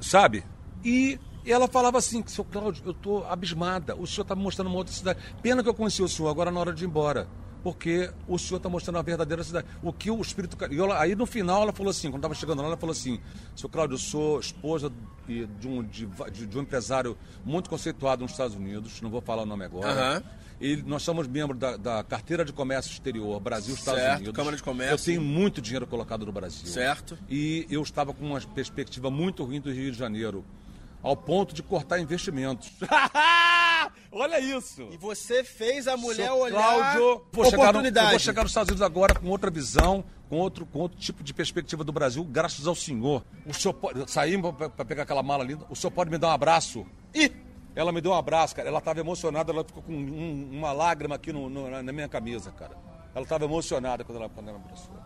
B: sabe? E ela falava assim, seu Cláudio, eu estou abismada. O senhor está me mostrando uma outra cidade. Pena que eu conheci o senhor agora é na hora de ir embora. Porque o senhor está mostrando a verdadeira cidade. O que o espírito. ca- E ela- aí no final ela falou assim, quando estava chegando lá, ela falou assim: Seu Cláudio, eu sou esposa e de um, de va- de- de um empresário muito conceituado nos Estados Unidos, não vou falar o nome agora.
A: Aham.
B: Ele- nós somos membros da, da Carteira de Comércio Exterior Brasil-Estados
A: Certo,
B: Unidos.
A: Câmara de Comércio.
B: Eu tenho muito dinheiro colocado no Brasil.
A: Certo.
B: E eu estava com uma perspectiva muito ruim do Rio de Janeiro, ao ponto de cortar investimentos. Olha isso!
A: E você fez a mulher
B: Seu
A: olhar
B: vou chegar, no, eu
A: oportunidade.
B: vou chegar nos Estados Unidos agora com outra visão, com outro, com outro tipo de perspectiva do Brasil, graças ao senhor. O senhor pode. Saímos para pegar aquela mala linda. O senhor pode me dar um abraço? Ih! Ela me deu um abraço, cara. Ela estava emocionada, ela ficou com um- uma lágrima aqui no- no- na na minha camisa, cara. Ela estava emocionada quando ela, quando ela me abraçou.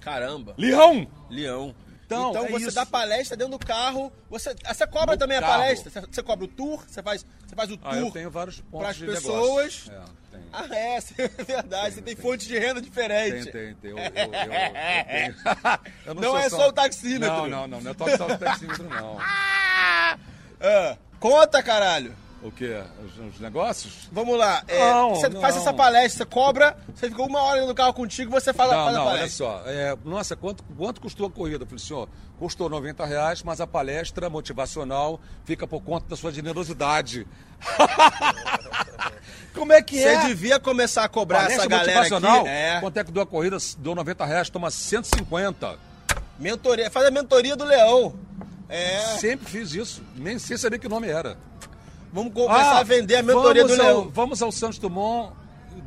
A: Caramba,
B: Leão!
A: leão. Então,
B: Então, é
A: você
B: isso.
A: dá palestra dentro do carro. Você, você cobra
B: No
A: também
B: carro.
A: a palestra? Você, você cobra o tour? Você faz, você faz o tour?
B: Ah, eu tenho vários pontos
A: pras
B: de
A: pessoas.
B: negócio. É, tem.
A: Ah, é, é verdade. você tem, fonte de renda diferente.
B: Tem, tem, tem. Eu, eu, eu, eu tenho. Eu
A: Não
B: sou
A: é só o taxímetro.
B: Não, não, não. Não é to- só o taxímetro, não.
A: Ah, conta, caralho.
B: O quê? Os, os negócios?
A: Vamos lá. é,
B: Não,
A: você
B: não.
A: faz essa palestra, você cobra. Você ficou uma hora no carro contigo, você fala,
B: não,
A: faz a
B: não, olha
A: palestra.
B: só. É, nossa, quanto, quanto custou a corrida? Eu falei, senhor, custou 90 reais, mas a palestra motivacional fica por conta da sua generosidade. Como é que é?
A: Você devia começar a cobrar
B: palestra
A: essa galera
B: motivacional,
A: aqui. É.
B: quanto é que dou a corrida? Dou 90 reais, toma 150.
A: Mentoria, faz a mentoria do leão. É.
B: Sempre fiz isso. Nem sei saber que nome era.
A: Vamos começar a vender a mentoria do
B: Ah, vamos ao-
A: leão.
B: Vamos ao Santos Dumont,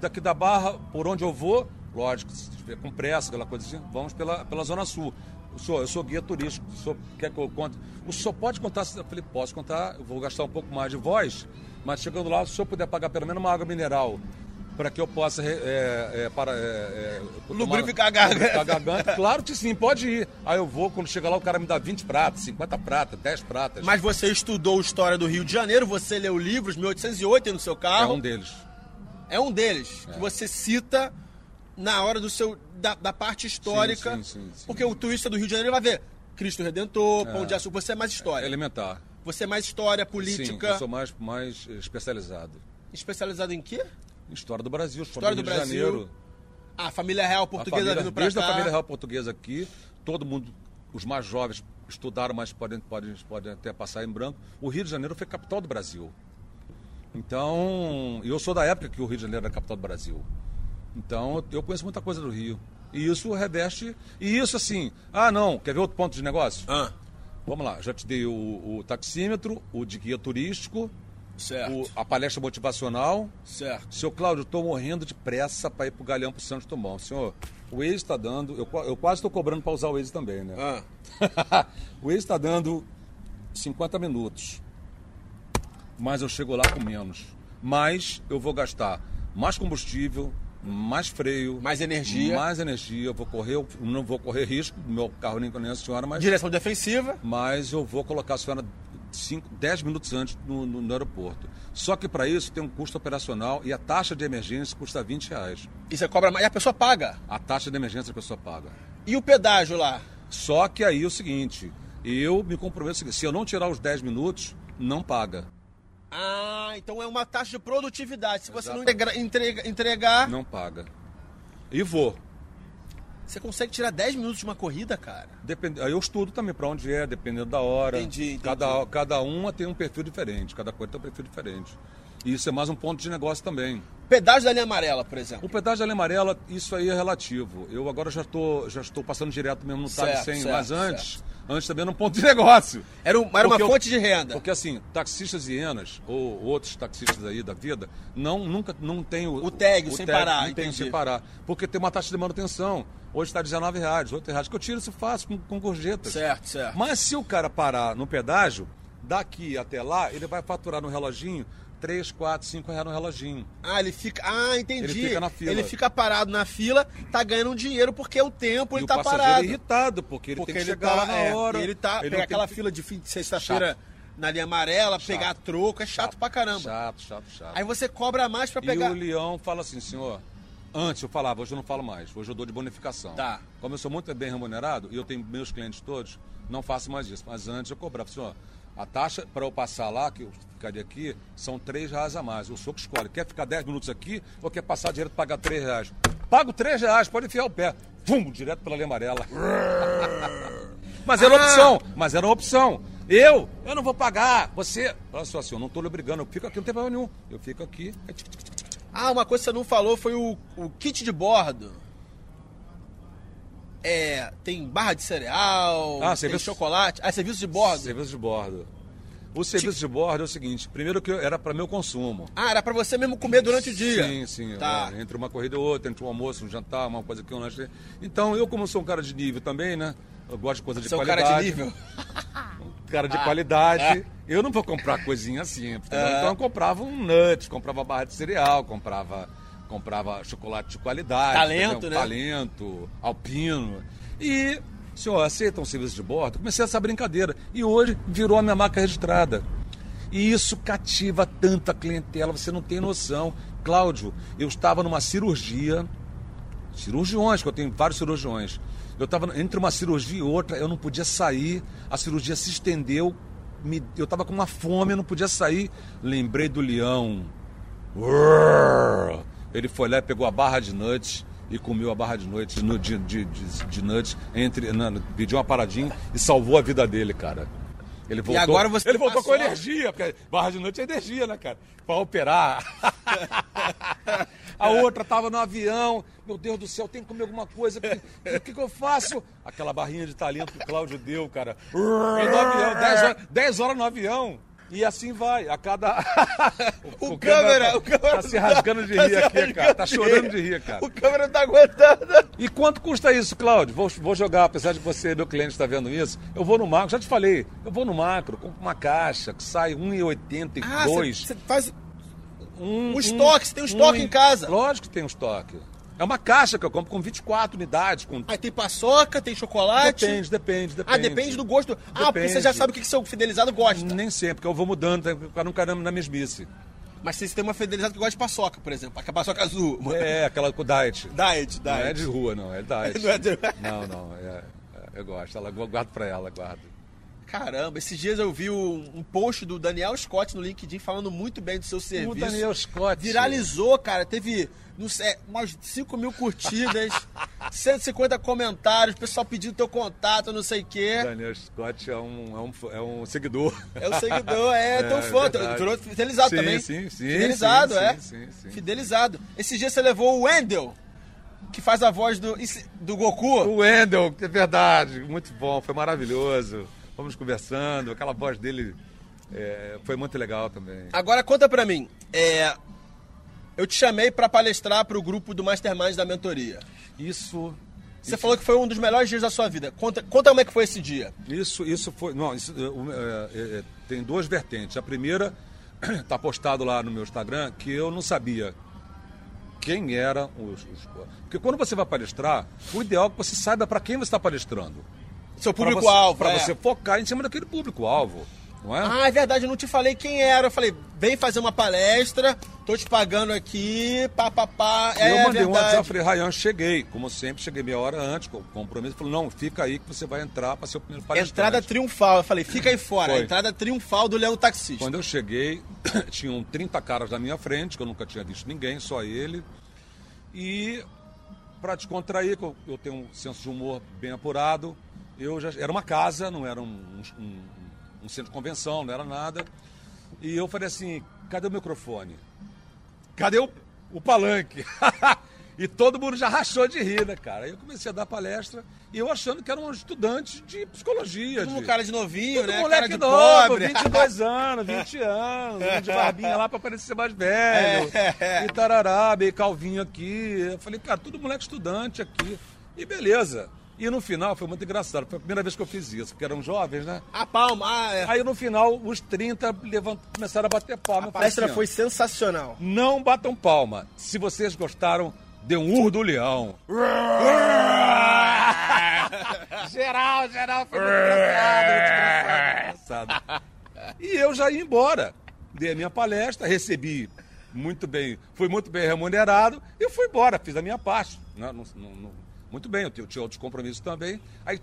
B: daqui da Barra, por onde eu vou, lógico, se tiver com pressa, aquela coisa assim, vamos pela, pela Zona Sul. O senhor, eu sou guia turístico, o senhor quer que eu conte? O senhor pode contar? Eu falei, posso contar, eu vou gastar um pouco mais de voz, mas chegando lá, se o senhor puder pagar pelo menos uma água mineral, para que eu possa re- é, é, para, é, é, tomar-
A: Lubrificar a garganta.
B: lubrificar a garganta. Claro que sim, pode ir. Aí eu vou, quando chegar lá, o cara me dá 20 pratas, 50 pratas, 10 pratas.
A: Mas você estudou história do Rio de Janeiro, você leu livros, 1808 aí no seu
B: é
A: carro.
B: um deles.
A: É um deles que você cita na hora do seu da, da parte histórica.
B: Sim, sim, sim, sim.
A: Porque o turista do Rio de Janeiro vai ver Cristo Redentor, Pão de Açúcar, você é mais história.
B: É elementar.
A: Você é mais história, política.
B: Sim, eu sou mais, mais eh, especializado.
A: Especializado em quê?
B: História do Brasil,
A: História do
B: Rio de
A: Brasil.
B: Janeiro.
A: Ah, família real
B: A
A: portuguesa
B: família-
A: vindo pra
B: desde
A: cá.
B: a família real portuguesa aqui, todo mundo, os mais jovens estudaram, mas podem, podem, podem até passar em branco. O Rio de Janeiro foi capital do Brasil. Então, e eu sou da época que o Rio de Janeiro era capital do Brasil. Então, eu conheço muita coisa do Rio. E isso reveste. E isso assim, ah não, quer ver outro ponto de negócio?
A: Ah,
B: Vamos lá, já te dei o, o taxímetro, o de guia turístico,
A: certo.
B: o- a palestra motivacional.
A: Certo.
B: Seu Cláudio, estou morrendo de pressa para ir pro Galhão pro Santos Dumont. Senhor, o Waze está dando. Eu, qua- eu quase estou cobrando para usar o Waze também, né?
A: Ah,
B: o Waze está dando 50 minutos. Mas eu chego lá com menos. Mas eu vou gastar mais combustível, mais freio.
A: Mais energia.
B: Mais energia. Eu vou correr, eu não vou correr risco, meu carro nem conhece a senhora, mas
A: direção defensiva.
B: mas eu vou colocar a senhora 5, 10 minutos antes no, no- no aeroporto. Só que para isso tem um custo operacional e a taxa de emergência custa 20 reais.
A: E você cobra mais. E a pessoa paga.
B: A taxa de emergência que a pessoa paga.
A: E o pedágio lá?
B: Só que aí é o seguinte, eu me comprometo, o seguinte, se eu não tirar os 10 minutos, não paga.
A: Ah, então é uma taxa de produtividade. Se você não integra-
B: Exatamente.
A: entrega- entregar,
B: Não paga. E vou.
A: você consegue tirar 10 minutos de uma corrida, cara.
B: Depende, aí eu estudo também para onde é, dependendo da hora.
A: Entendi, entendi.
B: Cada, cada uma tem um perfil diferente, cada coisa tem um perfil diferente. E isso é mais um ponto de negócio também.
A: Pedágio da linha amarela, por
B: O
A: exemplo.
B: pedágio da linha amarela, isso aí é relativo. Eu agora já estou já estou passando direto mesmo no táxi
A: Certo,
B: sem,
A: certo,
B: mas antes, antes também era um ponto de negócio.
A: Era, um- era uma
B: Porque eu-
A: fonte de renda.
B: Porque assim, taxistas hienas ou outros taxistas aí da vida, não nunca não tem o,
A: O tag, o sem parar,
B: não tem o sem
A: entendi.
B: parar, porque tem uma taxa de manutenção. Hoje está 19 reais, 8 reais, que eu tiro isso fácil com, com gorjetas.
A: Certo, certo.
B: Mas se o cara parar no pedágio, daqui até lá, ele vai faturar no reloginho 3, 4, 5 reais no reloginho.
A: Ah, ele fica. Ah, entendi.
B: Ele fica na fila.
A: Ele fica parado na fila, tá ganhando um dinheiro porque o tempo
B: e
A: ele
B: o
A: tá
B: passageiro
A: parado.
B: é irritado, porque ele
A: porque
B: tem que
A: ele
B: chegar
A: tá
B: lá na
A: é,
B: hora.
A: e ele tá.
B: não
A: pegar
B: tem
A: aquela
B: que-
A: fila de fim de sexta-feira na linha amarela, pegar troco, é chato, pra caramba.
B: Chato, chato, chato.
A: Aí você cobra mais pra pegar.
B: E o leão fala assim, senhor, antes eu falava, hoje eu não falo mais, hoje eu dou de bonificação.
A: Tá.
B: Como eu sou muito bem remunerado e eu tenho meus clientes todos, não faço mais isso. Mas antes eu cobrava, senhor, a taxa para eu passar lá, que eu ficaria aqui, são três reais a mais. O senhor que escolhe, quer ficar 10 minutos aqui ou quer passar direto e pagar três reais? Pago três reais, pode enfiar o pé. Vum, direto pela linha amarela. Mas era opção, mas era opção. Eu, eu não vou pagar. Você, olha só, senhor, não estou lhe obrigando, eu fico aqui, não tem problema nenhum. Eu fico aqui, aí tic, tic,
A: Ah, uma coisa que você não falou foi o, o kit de bordo. É, tem barra de cereal,
B: Ah,
A: tem
B: serviço-
A: chocolate. Ah, serviço de bordo.
B: Serviço de bordo. O serviço de bordo é o seguinte: primeiro que eu- era para meu consumo.
A: Ah, era pra você mesmo comer durante o dia.
B: Sim, sim.
A: Tá.
B: é, entre uma corrida e outra, entre um almoço, um jantar, uma coisa que um lanche. Então, eu, como sou um cara de nível também, né? Eu gosto de coisa de
A: Você é um
B: qualidade.
A: cara de nível. Ah, é.
B: cara de qualidade. Eu não vou comprar coisinha assim. entendeu? Então eu comprava um nut, comprava barra de cereal, comprava, comprava chocolate de qualidade.
A: Talento,
B: entendeu?
A: né?
B: Talento, alpino. E, senhor, aceita um serviço de bordo? Comecei essa brincadeira. E hoje virou a minha marca registrada. E isso cativa tanta clientela, você não tem noção. Cláudio, eu estava numa cirurgia cirurgiões, que eu tenho vários cirurgiões. Eu estava entre uma cirurgia e outra, eu não podia sair, a cirurgia se estendeu, me- eu estava com uma fome, eu não podia sair. Lembrei do leão. Urr! Ele foi lá e pegou a barra de nuts e comeu a barra de nuts, no- de, de, de- de nuts entre, na- pediu uma paradinha e salvou a vida dele, cara. Ele voltou,
A: agora você tá
B: ele voltou
A: passou-
B: com energia, porque barra de noite é energia, né, cara? Pra operar. A
A: É.
B: outra tava no avião. Meu Deus do céu, tem que comer alguma coisa. O que, que eu faço? Aquela barrinha de talento que o Cláudio deu, cara. E no avião, 10 horas, 10 horas no avião. E assim vai, a cada.
A: O, câmera, o câmera.
B: Tá se rasgando de rir
A: se
B: aqui, cara. Tá
A: rasgando de
B: chorando de rir, cara.
A: O câmera não tá aguentando.
B: E quanto custa isso, Cláudio? Vou, vou jogar, apesar de você, meu cliente, estar vendo isso. Eu vou no macro, já te falei, eu vou no macro, compro uma caixa que sai
A: Ah,
B: 1,82.
A: você faz.
B: um,
A: um estoque, você tem um estoque em casa.
B: Lógico que tem um estoque. É uma caixa que eu compro com 24 unidades. Com...
A: Aí tem paçoca, tem chocolate.
B: Depende, depende,
A: Ah,
B: depende.
A: é depende do gosto. Ah, porque você
B: Depende. Hum.
A: já sabe o que que seu fidelizado gosta.
B: Nem sempre, porque eu vou mudando, tá? Pra não caramba na mesmice.
A: Mas se você tem uma fidelizada que gosta de paçoca, por exemplo. A paçoca azul.
B: É, aquela com diet.
A: Diet, diet.
B: Não é de rua, não, é diet.
A: Não é de-
B: Não, não, é- é- eu gosto. Ela, eu guardo pra ela, guardo.
A: Caramba, esses dias eu vi um, um post do Daniel Scott no LinkedIn falando muito bem do seu serviço.
B: Daniel Scott.
A: Viralizou, cara. Teve não sei, umas 5 mil curtidas, 150 comentários, pessoal pedindo teu contato, não sei o quê.
B: Daniel Scott é um, é um, f- é um seguidor.
A: É o seguidor, é, teu fã. teu-
B: verdade.
A: Virou fidelizado
B: Sim,
A: também.
B: sim, sim,
A: Fidelizado,
B: sim,
A: é.
B: sim, sim, sim.
A: Fidelizado. Esse dia você levou o Wendel, que faz a voz do, esse- do Goku.
B: O Wendel, é verdade, muito bom, foi maravilhoso. Vamos conversando, aquela voz dele é, foi muito legal também.
A: Agora conta pra mim. é, eu te chamei pra palestrar pro grupo do Mastermind da Mentoria.
B: Isso,
A: Você falou que foi um dos melhores dias da sua vida. Conta, conta como é que foi esse dia.
B: isso, isso foi. Não, isso, é, um, é, é, é, tem duas vertentes. A primeira está postado lá no meu Instagram que eu não sabia quem eram os, os- porque quando você vai palestrar, o ideal é que você saiba para quem você está palestrando.
A: Seu
B: Pra você-
A: público-alvo.
B: Pra
A: é.
B: você focar em cima daquele público-alvo, não é?
A: Ah, é verdade, eu não te falei quem era. Eu falei, vem fazer uma palestra, tô te pagando aqui, pá, pá, pá.
B: E
A: É,
B: eu mandei um
A: verdade.
B: WhatsApp, falei, Rayan, cheguei. Como sempre, cheguei meia hora antes, com compromisso. Falei, não, fica aí que você vai entrar para ser o primeiro palestrante.
A: Entrada triunfal. Eu falei, fica aí fora.
B: Foi.
A: Entrada triunfal do Leão Taxista.
B: Quando eu cheguei, tinham 30 caras na minha frente, que eu nunca tinha visto ninguém, só ele. E para descontrair, que eu, eu tenho um senso de humor bem apurado, eu já era uma casa, não era um, um- um- um centro de convenção, não era nada. E eu falei assim, cadê o microfone? Cadê o, o palanque? e todo mundo já rachou de rir, né, cara? Aí eu comecei a dar palestra e eu achando que era um estudante de psicologia.
A: Todo
B: de-
A: mundo cara de novinho,
B: Todo
A: né? Cara
B: moleque
A: de
B: novo,
A: pobre.
B: 22 anos, 20 anos, um de barbinha lá pra parecer mais velho.
A: É.
B: E tarará, meio calvinho aqui. Eu falei, cara, tudo moleque estudante aqui. E beleza. E no final foi muito engraçado. Foi a primeira vez que eu fiz isso, porque eram jovens, né?
A: A palma. ah, é.
B: Aí no final, os 30 levant... começaram a bater palma.
A: A
B: Eu falei
A: palestra
B: assim, ó,
A: foi sensacional.
B: Não batam palma. Se vocês gostaram, dê um urro do leão. geral, geral, foi muito
A: É.
B: engraçado, muito engraçado, engraçado. E eu já ia embora. Dei a minha palestra, recebi muito bem, fui muito bem remunerado e fui embora, fiz a minha parte. né? Não- não- não- muito bem, eu tinha, eu tinha outros compromissos também. Aí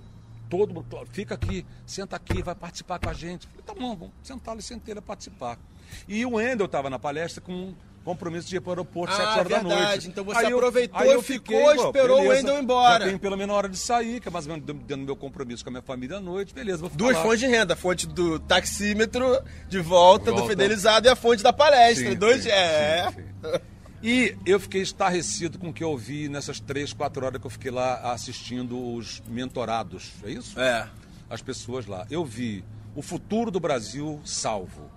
B: todo mundo, "Tó, fica aqui, senta aqui, vai participar com a gente. Falei, tá bom, vamos sentar ali, sentei ele a participar. E o Wendel estava na palestra com um compromisso de ir para o aeroporto às
A: Ah,
B: 7 horas da
A: verdade.
B: noite.
A: Então você aproveitou e ficou,
B: "Pô,
A: esperou o
B: beleza,
A: Wendel ir embora."
B: já tenho pelo menos hora de sair, que é mais ou menos dentro do meu compromisso com a minha família à noite, beleza, vou ficar
A: Duas
B: lá.
A: fontes de renda, a fonte do taxímetro de volta, do
B: Volta.
A: fidelizado e a fonte da palestra.
B: Sim,
A: Dois
B: sim,
A: é.
B: sim, sim. E eu fiquei estarrecido com o que eu vi nessas três, quatro horas que eu fiquei lá assistindo os mentorados, é isso?
A: É.
B: As pessoas lá. Eu vi o futuro do Brasil salvo.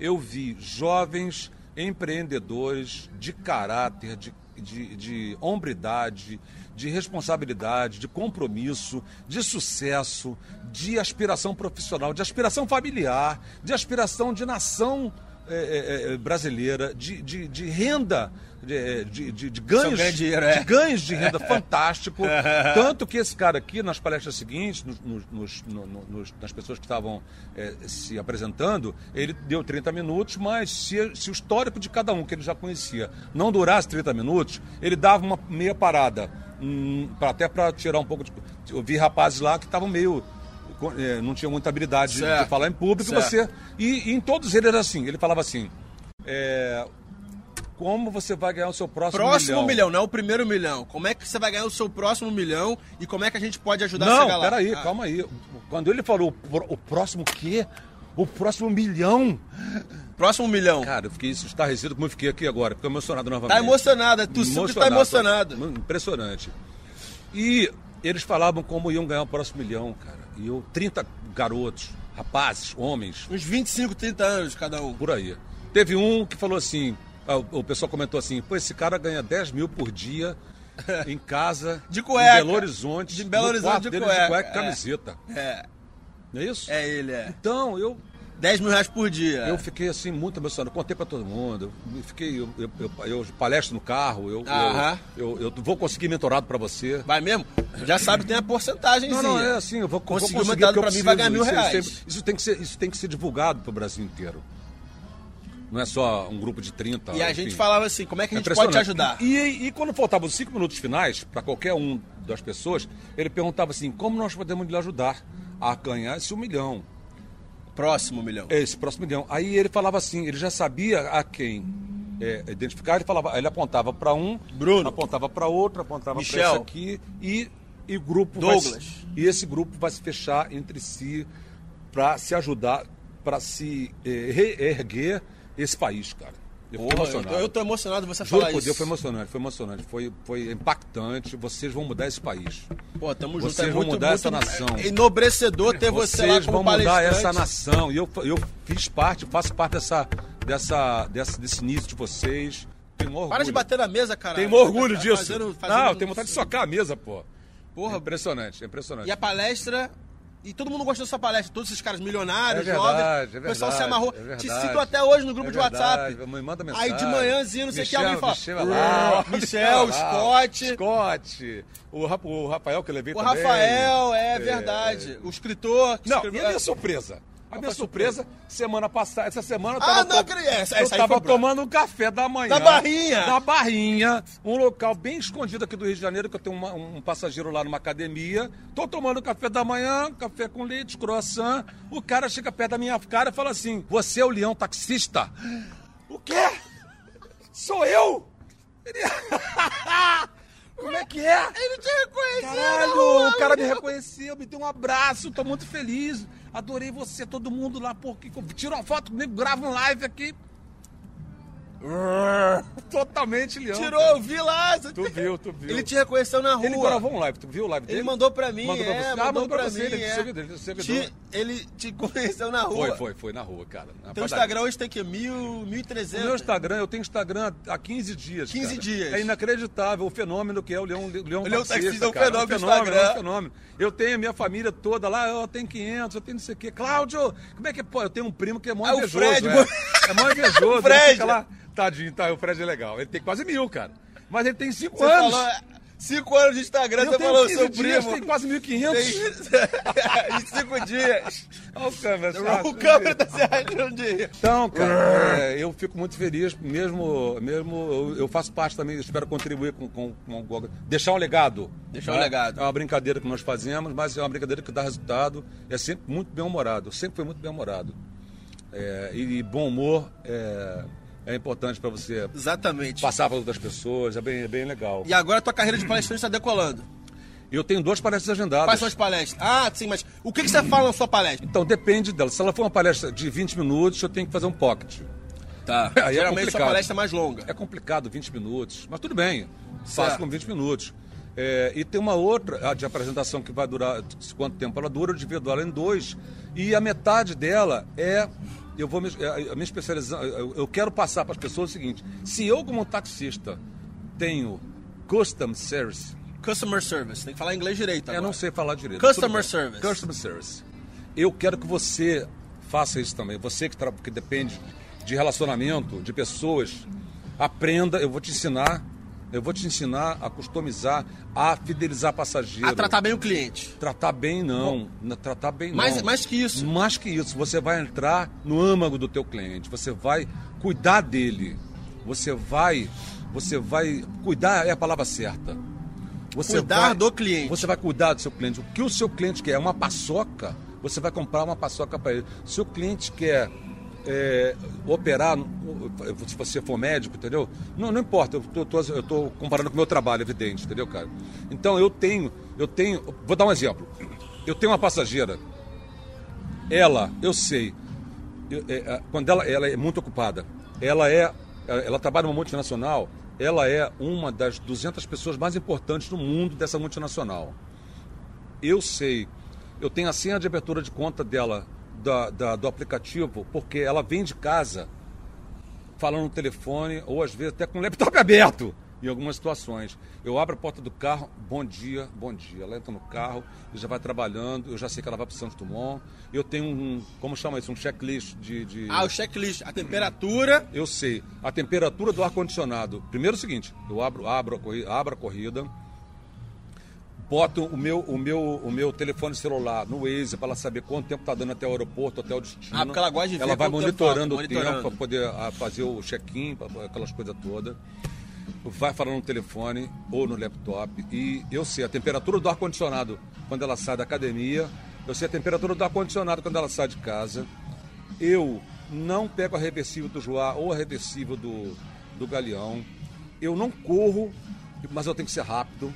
B: Eu vi jovens empreendedores de caráter, de, de, de hombridade, de responsabilidade, de compromisso, de sucesso, de aspiração profissional, de aspiração familiar, de aspiração de nação é, é, é, brasileira, de, de, de renda, de, eh, de, de- de ganhos,
A: ganha dinheiro, é.
B: de ganhos de renda fantástico. Tanto que esse cara aqui, nas palestras seguintes, nos- nos- nos- no- no- nos- nas pessoas que estavam eh, se apresentando, ele deu 30 minutos, mas se, se o histórico de cada um que ele já conhecia não durasse 30 minutos, ele dava uma meia parada. hum, pra- até para tirar um pouco de. Eu vi rapazes lá que estavam meio. co- eh, não tinham muita habilidade de- de
A: Certo.
B: falar em público.
A: Certo.
B: Você, e, e em todos eles era assim: ele falava assim. eh, como você vai ganhar o seu próximo,
A: Próximo milhão. não o primeiro milhão. Como é que você vai ganhar o seu próximo milhão e como é que a gente pode ajudar a
B: Não,
A: chegar lá?
B: peraí,
A: Ah.
B: calma aí. Quando ele falou o pro- o próximo quê? O próximo milhão?
A: Próximo milhão.
B: Cara, eu fiquei estarrecido como eu fiquei aqui agora. Fiquei emocionado novamente.
A: Tá emocionada, tu sempre tá
B: Emocionado,
A: emocionado.
B: tô- Impressionante. E eles falavam como iam ganhar o próximo milhão, cara. E eu, 30 garotos, rapazes, homens,
A: Uns 25, 30 anos cada um.
B: por aí. Teve um que falou assim, ah, o o pessoal comentou assim, pô, esse cara ganha 10 mil por dia em casa.
A: De cueca.
B: Em Belo Horizonte.
A: De Belo
B: no
A: Horizonte,
B: quarto
A: de
B: dele,
A: cueca,
B: De cueca
A: é.
B: e camiseta.
A: É,
B: Não é isso?
A: é ele, é.
B: Então, eu
A: 10 mil reais por dia.
B: Eu fiquei assim muito emocionado. Contei pra todo mundo. Eu fiquei eu, eu, eu- eu palestro no carro. Eu, eu-
A: Aham.
B: eu, eu vou conseguir mentorado pra você.
A: Vai mesmo? Já sabe que tem a porcentagemzinha.
B: Não, não, é assim, eu vou vou
A: Conseguiu
B: conseguir
A: mandado
B: porque eu
A: pra mim, vai ganhar mil
B: preciso. Isso-
A: reais.
B: Isso, isso tem que ser, isso tem que ser divulgado pro Brasil inteiro. Não é só um grupo de 30.
A: E a
B: enfim.
A: gente falava assim, como é que a
B: É
A: gente pode te
B: impressionante.
A: ajudar?
B: E, e quando faltavam cinco minutos finais, para qualquer um das pessoas, ele perguntava assim: como nós podemos lhe ajudar a ganhar esse um milhão?
A: próximo milhão.
B: Esse próximo milhão. Aí ele falava assim, ele já sabia a quem é, identificar, ele falava, ele apontava para um,
A: Bruno.
B: apontava para outro, apontava para
A: Michel.
B: esse aqui e e o grupo Vai
A: Douglas.
B: se, e esse grupo vai se fechar entre si para se ajudar, para se eh, reerguer esse país, cara. Eu fiquei
A: Porra,
B: emocionado.
A: eu, eu tô emocionado você
B: Juro
A: falar
B: por
A: isso.
B: Deus, foi emocionante, foi emocionante, foi, foi impactante. Vocês vão mudar esse país.
A: Pô, tamo junto.
B: Vocês
A: é
B: vão
A: muito,
B: mudar
A: muito
B: essa nação.
A: é Enobrecedor ter você lá
B: Vocês
A: como
B: vão mudar
A: palestrante.
B: essa nação. E eu, eu fiz parte, faço parte dessa, dessa, dessa- desse início de vocês. Tenho um orgulho.
A: Para de bater na mesa, cara.
B: Tenho um orgulho
A: Tá
B: disso.
A: fazendo-
B: Não,
A: fazendo-
B: eu tenho vontade de socar a mesa, pô. É
A: Porra.
B: Impressionante, impressionante.
A: E é a palestra. E todo mundo gostou dessa palestra, todos esses caras milionários,
B: É verdade, é
A: jovens.
B: verdade,
A: o pessoal se amarrou.
B: é verdade.
A: Te cito até hoje no grupo
B: É
A: de
B: verdade,
A: WhatsApp.
B: me manda mensagem.
A: Aí de manhãzinho, não sei o que,
B: Michel,
A: alguém fala.
B: Michel, é lá,
A: "Ué, Michel, Scott.
B: Scott. O, Ra- o Rafael que eu levei
A: O
B: também.
A: Rafael, é verdade. O escritor. que
B: Não,
A: escreveu- É.
B: e a minha surpresa? A minha surpresa, semana passada, essa semana eu
A: Ah,
B: tava,
A: não, acredito. Essa-
B: eu
A: essa aí
B: tava
A: foi brava.
B: tomando um café da manhã.
A: Da Barrinha.
B: Da Barrinha, um local bem escondido aqui do Rio de Janeiro, que eu tenho uma- um passageiro lá numa academia. Tô tomando café da manhã, café com leite, croissant. O cara chega perto da minha cara e fala assim, você é o leão taxista? O quê? Sou eu? Ele... Como é que é?
A: Ele te reconheceu.
B: Caralho, o cara me reconheceu, me deu um abraço, tô muito feliz. Adorei você, todo mundo lá, porque tira uma foto comigo, grava um live aqui. Totalmente leão.
A: Tirou,
B: cara.
A: eu vi lá.
B: Tu viu, tu viu.
A: Ele te reconheceu na rua.
B: Ele gravou um live, tu viu o live
A: Ele
B: dele?
A: mandou pra mim,
B: Mandou pra
A: é,
B: você. Ah,
A: mandou,
B: mandou pra
A: pra,
B: você,
A: mim,
B: ele é
A: é.
B: servidor, ele é servidor.
A: Te, ele te conheceu na rua.
B: Foi, foi, foi, na rua, cara. na
A: Teu
B: padaria.
A: Instagram hoje tem que mil,
B: O meu
A: 1.300.
B: Instagram, eu tenho Instagram há 15 dias.
A: 15
B: cara.
A: dias.
B: É inacreditável o fenômeno que é o Leão Leão
A: O Leão
B: Taxista,
A: Taxista é um
B: cara.
A: fenômeno do
B: É
A: Instagram.
B: um fenômeno. Eu tenho a minha família toda lá, eu tenho 500, eu tenho não sei o quê. Cláudio, como é que pô? Eu tenho um primo que é mó
A: Ah, o
B: invejoso.
A: Fred,
B: é.
A: mano.
B: é mó invejoso. ele
A: Fred.
B: fica lá. Tadinho, tá, o Fred é legal. Ele tem quase mil, cara. Mas ele tem 5
A: Você
B: anos.
A: falou, é, cinco anos de Instagram,
B: eu
A: você
B: tenho
A: falou,
B: 15
A: seu
B: dias,
A: primo.
B: tem quase 1.500.
A: Tem... em cinco dias.
B: Olha o câmera.
A: o câmera tá se achando de...
B: Então, cara, é, eu fico muito feliz, mesmo, mesmo eu, eu faço parte também, espero contribuir com, com, com alguma- deixar um legado.
A: Deixar um legado.
B: É uma brincadeira que nós fazemos, mas é uma brincadeira que dá resultado, é sempre muito bem-humorado, sempre foi muito bem-humorado. É, e, bom humor é, é importante para você
A: Exatamente.
B: passar para outras pessoas, é bem, é bem legal.
A: E agora a tua carreira de palestrante tá decolando.
B: Eu tenho duas palestras agendadas.
A: Quais são as palestras? Ah, sim, mas o que, que você fala na sua palestra?
B: Então, depende dela. Se ela for uma palestra de 20 minutos, eu tenho que fazer um pocket.
A: Tá.
B: Aí é
A: Geralmente sua
B: complicado.
A: palestra é mais longa.
B: É complicado 20 minutos, mas tudo bem.
A: Certo.
B: Faço com 20 minutos. É, e tem uma outra a de apresentação que vai durar quanto tempo ela dura, eu divido ela em dois. E a metade dela é. Eu vou me, é, eu me especializar. Eu, eu quero passar para as pessoas o seguinte: se eu, como taxista, tenho custom service,
A: Customer service. Tem que falar inglês direito agora.
B: É, eu não sei falar direito.
A: Customer
B: Tudo bem.
A: service.
B: Customer service. Eu quero que você faça isso também. Você que, tra- que depende de relacionamento, de pessoas, aprenda. Eu vou te ensinar. Eu vou te ensinar a customizar, a fidelizar passageiro.
A: A tratar bem o cliente.
B: Tratar bem não, Não, tratar bem não.
A: Mais- mais que isso.
B: Mais que isso, você vai entrar no âmago do teu cliente, você vai cuidar dele. Você vai, você vai cuidar é a palavra certa. Você
A: Cuidar do cliente.
B: Você vai cuidar do seu cliente. O que o seu cliente quer? Uma paçoca? Você vai comprar uma paçoca para ele. Se o cliente quer é, operar, se você for médico, entendeu? Não, não importa, eu tô, tô- eu tô comparando com o meu trabalho, evidente, entendeu, cara? Então eu tenho, eu tenho. Vou dar um exemplo. Eu tenho uma passageira. Ela, eu sei. eu- é, é, quando ela, ela é muito ocupada. Ela é. Ela trabalha numa multinacional. Ela é uma das 200 pessoas mais importantes do mundo dessa multinacional. Eu sei. Eu tenho a senha de abertura de conta dela, da- da- do aplicativo, porque ela vem de casa falando no telefone ou às vezes até com o laptop aberto em algumas situações. Eu abro a porta do carro, bom dia, bom dia. Ela entra no carro e já vai trabalhando, eu já sei que ela vai para Santos Dumont. Eu tenho um, como chama isso, um checklist de... de-
A: Ah, o checklist. A temperatura.
B: Eu sei, a temperatura do ar-condicionado. Primeiro é o seguinte, eu abro, abro, a corri- abro a corrida, boto o meu, o meu, o meu telefone celular no Waze para ela saber quanto tempo está dando até o aeroporto, até o destino.
A: Ah, porque ela gosta de ver
B: Ela vai
A: quanto tempo
B: monitorando
A: tá,
B: o tempo
A: monitorando.
B: para poder ah, fazer o check-in, pra- pra aquelas coisas todas. Vai falando no telefone ou no laptop e eu sei a temperatura do ar-condicionado quando ela sai da academia, eu sei a temperatura do ar-condicionado quando ela sai de casa, Eu não pego a reversível do Joá ou a reversível do, do Galeão. Eu não corro, mas eu tenho que ser rápido.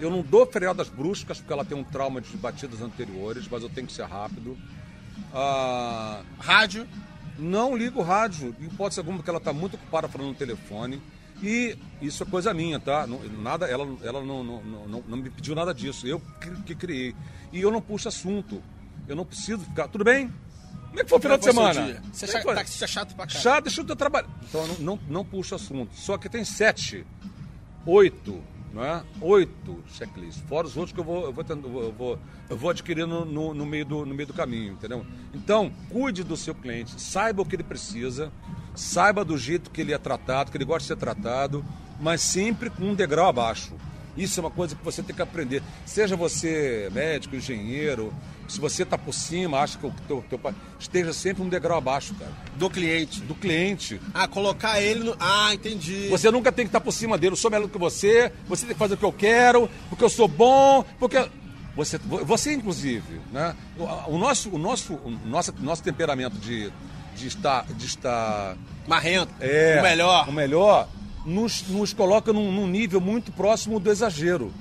B: Eu não dou freadas bruscas, porque ela tem um trauma de batidas anteriores, mas eu tenho que ser rápido. Ah,
A: Rádio.
B: não ligo o rádio, em hipótese alguma, porque ela está muito ocupada falando no telefone. E isso é coisa minha, tá? Não- nada, ela ela não, não, não, não- não me pediu nada disso. Eu que, que criei. E eu não puxo assunto. Eu não preciso ficar. Tudo bem? Como é que foi o final de
A: Como é que foi
B: semana?
A: seu dia? Você é
B: Como é que
A: chato,
B: foi?
A: taxista é chato pra caralho.
B: Chá, deixa o teu trabalho. Então eu não, não, não puxo assunto. Só que tem sete, oito, não é? Oito checklists. Fora os outros que eu vou, eu vou, tendo- eu vou- eu vou, eu vou adquirindo no, no meio do, no meio do caminho, entendeu? Então, cuide do seu cliente, saiba o que ele precisa, saiba do jeito que ele é tratado, que ele gosta de ser tratado, mas sempre com um degrau abaixo. Isso é uma coisa que você tem que aprender. Seja você médico, engenheiro, se você está por cima, acha que o teu, teu pai. Esteja sempre um degrau abaixo, cara.
A: Do cliente.
B: Do cliente.
A: Ah, colocar ele no. Ah, entendi.
B: Você nunca tem que estar por cima dele. Eu sou melhor do que você, você tem que fazer o que eu quero, porque eu sou bom, porque. Você, você inclusive, né? O, o nosso, o nosso, o nosso, nosso temperamento de, de estar, de estar
A: Marrento.
B: é,
A: O melhor.
B: O melhor nos, nos coloca num, num nível muito próximo do exagero.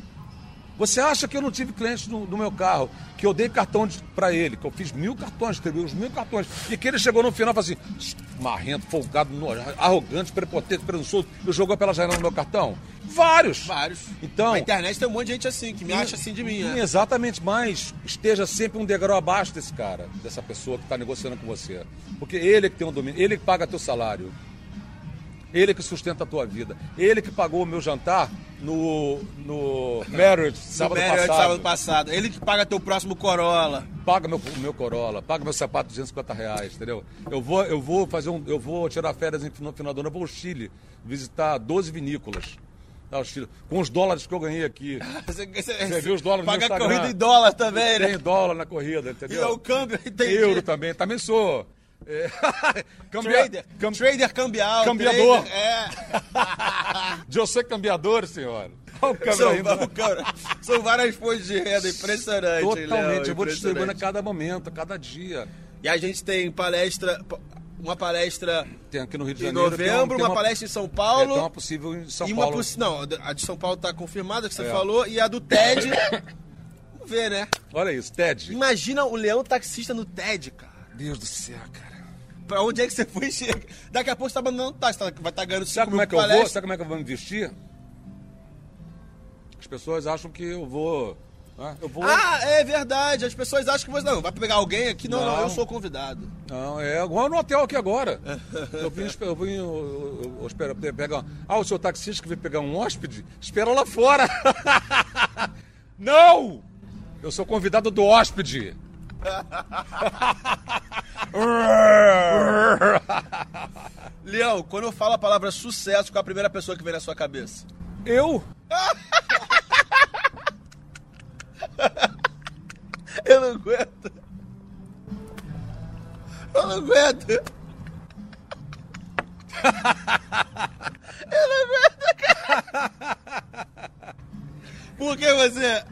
B: Você acha que eu não tive cliente no, no meu carro, que eu dei cartão para ele, que eu fiz mil cartões, escrevi os mil cartões, e que ele chegou no final e falou assim, marrento, folgado, nojento, arrogante, prepotente, presunçoso, e jogou pela janela no meu cartão? Vários!
A: Vários.
B: Então-
A: Na internet tem um monte de gente assim, que me acha assim de mim,
B: Sim,
A: né?
B: Exatamente, mas esteja sempre um degrau abaixo desse cara, dessa pessoa que está negociando com você. Porque ele é que tem o domínio, ele é que paga teu salário. Ele é que sustenta a tua vida. Ele que pagou o meu jantar no, no Marriott sábado
A: Velho, é de
B: passado.
A: sábado passado. Ele que paga teu próximo Corolla.
B: Paga meu, meu Corolla, paga meu sapato de 250 reais, entendeu? Eu vou, eu vou fazer um. Eu vou tirar férias em- no final do ano, eu vou ao Chile visitar 12 vinícolas. Tá, o Chile, com os dólares que eu ganhei aqui.
A: Você,
B: Você viu os dólares no
A: Paga
B: Instagram?
A: corrida em dólar também, né?
B: Tem dólar na corrida,
A: E
B: entendeu?
A: é o câmbio, entendi.
B: Euro tá. também, também sou. É, cambia-
A: Trader.
B: cam-
A: Trader cambial.
B: Cambiador.
A: trader- é.
B: De eu ser cambiador, senhora. Olha o câmbio
A: São,
B: ainda.
A: vamos, cara. São várias fontes de renda, impressionante. hein, Léo?
B: Totalmente, eu vou distribuindo a
A: Impressionante.
B: cada momento, a cada dia.
A: E a gente tem palestra, uma palestra
B: Tem aqui no Rio de
A: em
B: Janeiro. tem um-
A: novembro,
B: tem
A: uma, palestra em São
B: é,
A: Paulo.
B: tem uma possível em São
A: e uma
B: Paulo.
A: possi- Não, a de São Paulo tá confirmada, que você
B: É.
A: falou, e a do TED. Vamos ver, né?
B: Olha isso, TED.
A: Imagina o leão taxista no TED, cara.
B: Deus do céu, cara.
A: Pra onde é que você foi? Chega. Daqui a pouco você tá mandando táxi, tá- vai estar ganhando 5
B: Sabe como
A: mil
B: é que eu vou?
A: palestra.
B: Sabe como é que eu vou me vestir? As pessoas acham que eu vou. né? Eu vou.
A: Ah, é verdade. As pessoas acham que você. Não, vai pegar alguém aqui. Não, não,
B: Não.
A: eu sou convidado.
B: Não, é igual no hotel aqui agora. Eu vim, espe- eu vim eu, eu, eu espero pe- pegar. Ah, o seu taxista que veio pegar um hóspede? Espera lá fora! Não! Eu sou convidado do hóspede!
A: Leão, quando eu falo a palavra sucesso, qual é a primeira pessoa que vem na sua cabeça?
B: Eu?
A: Eu não aguento. Eu não aguento. Eu não aguento, cara. Por que você?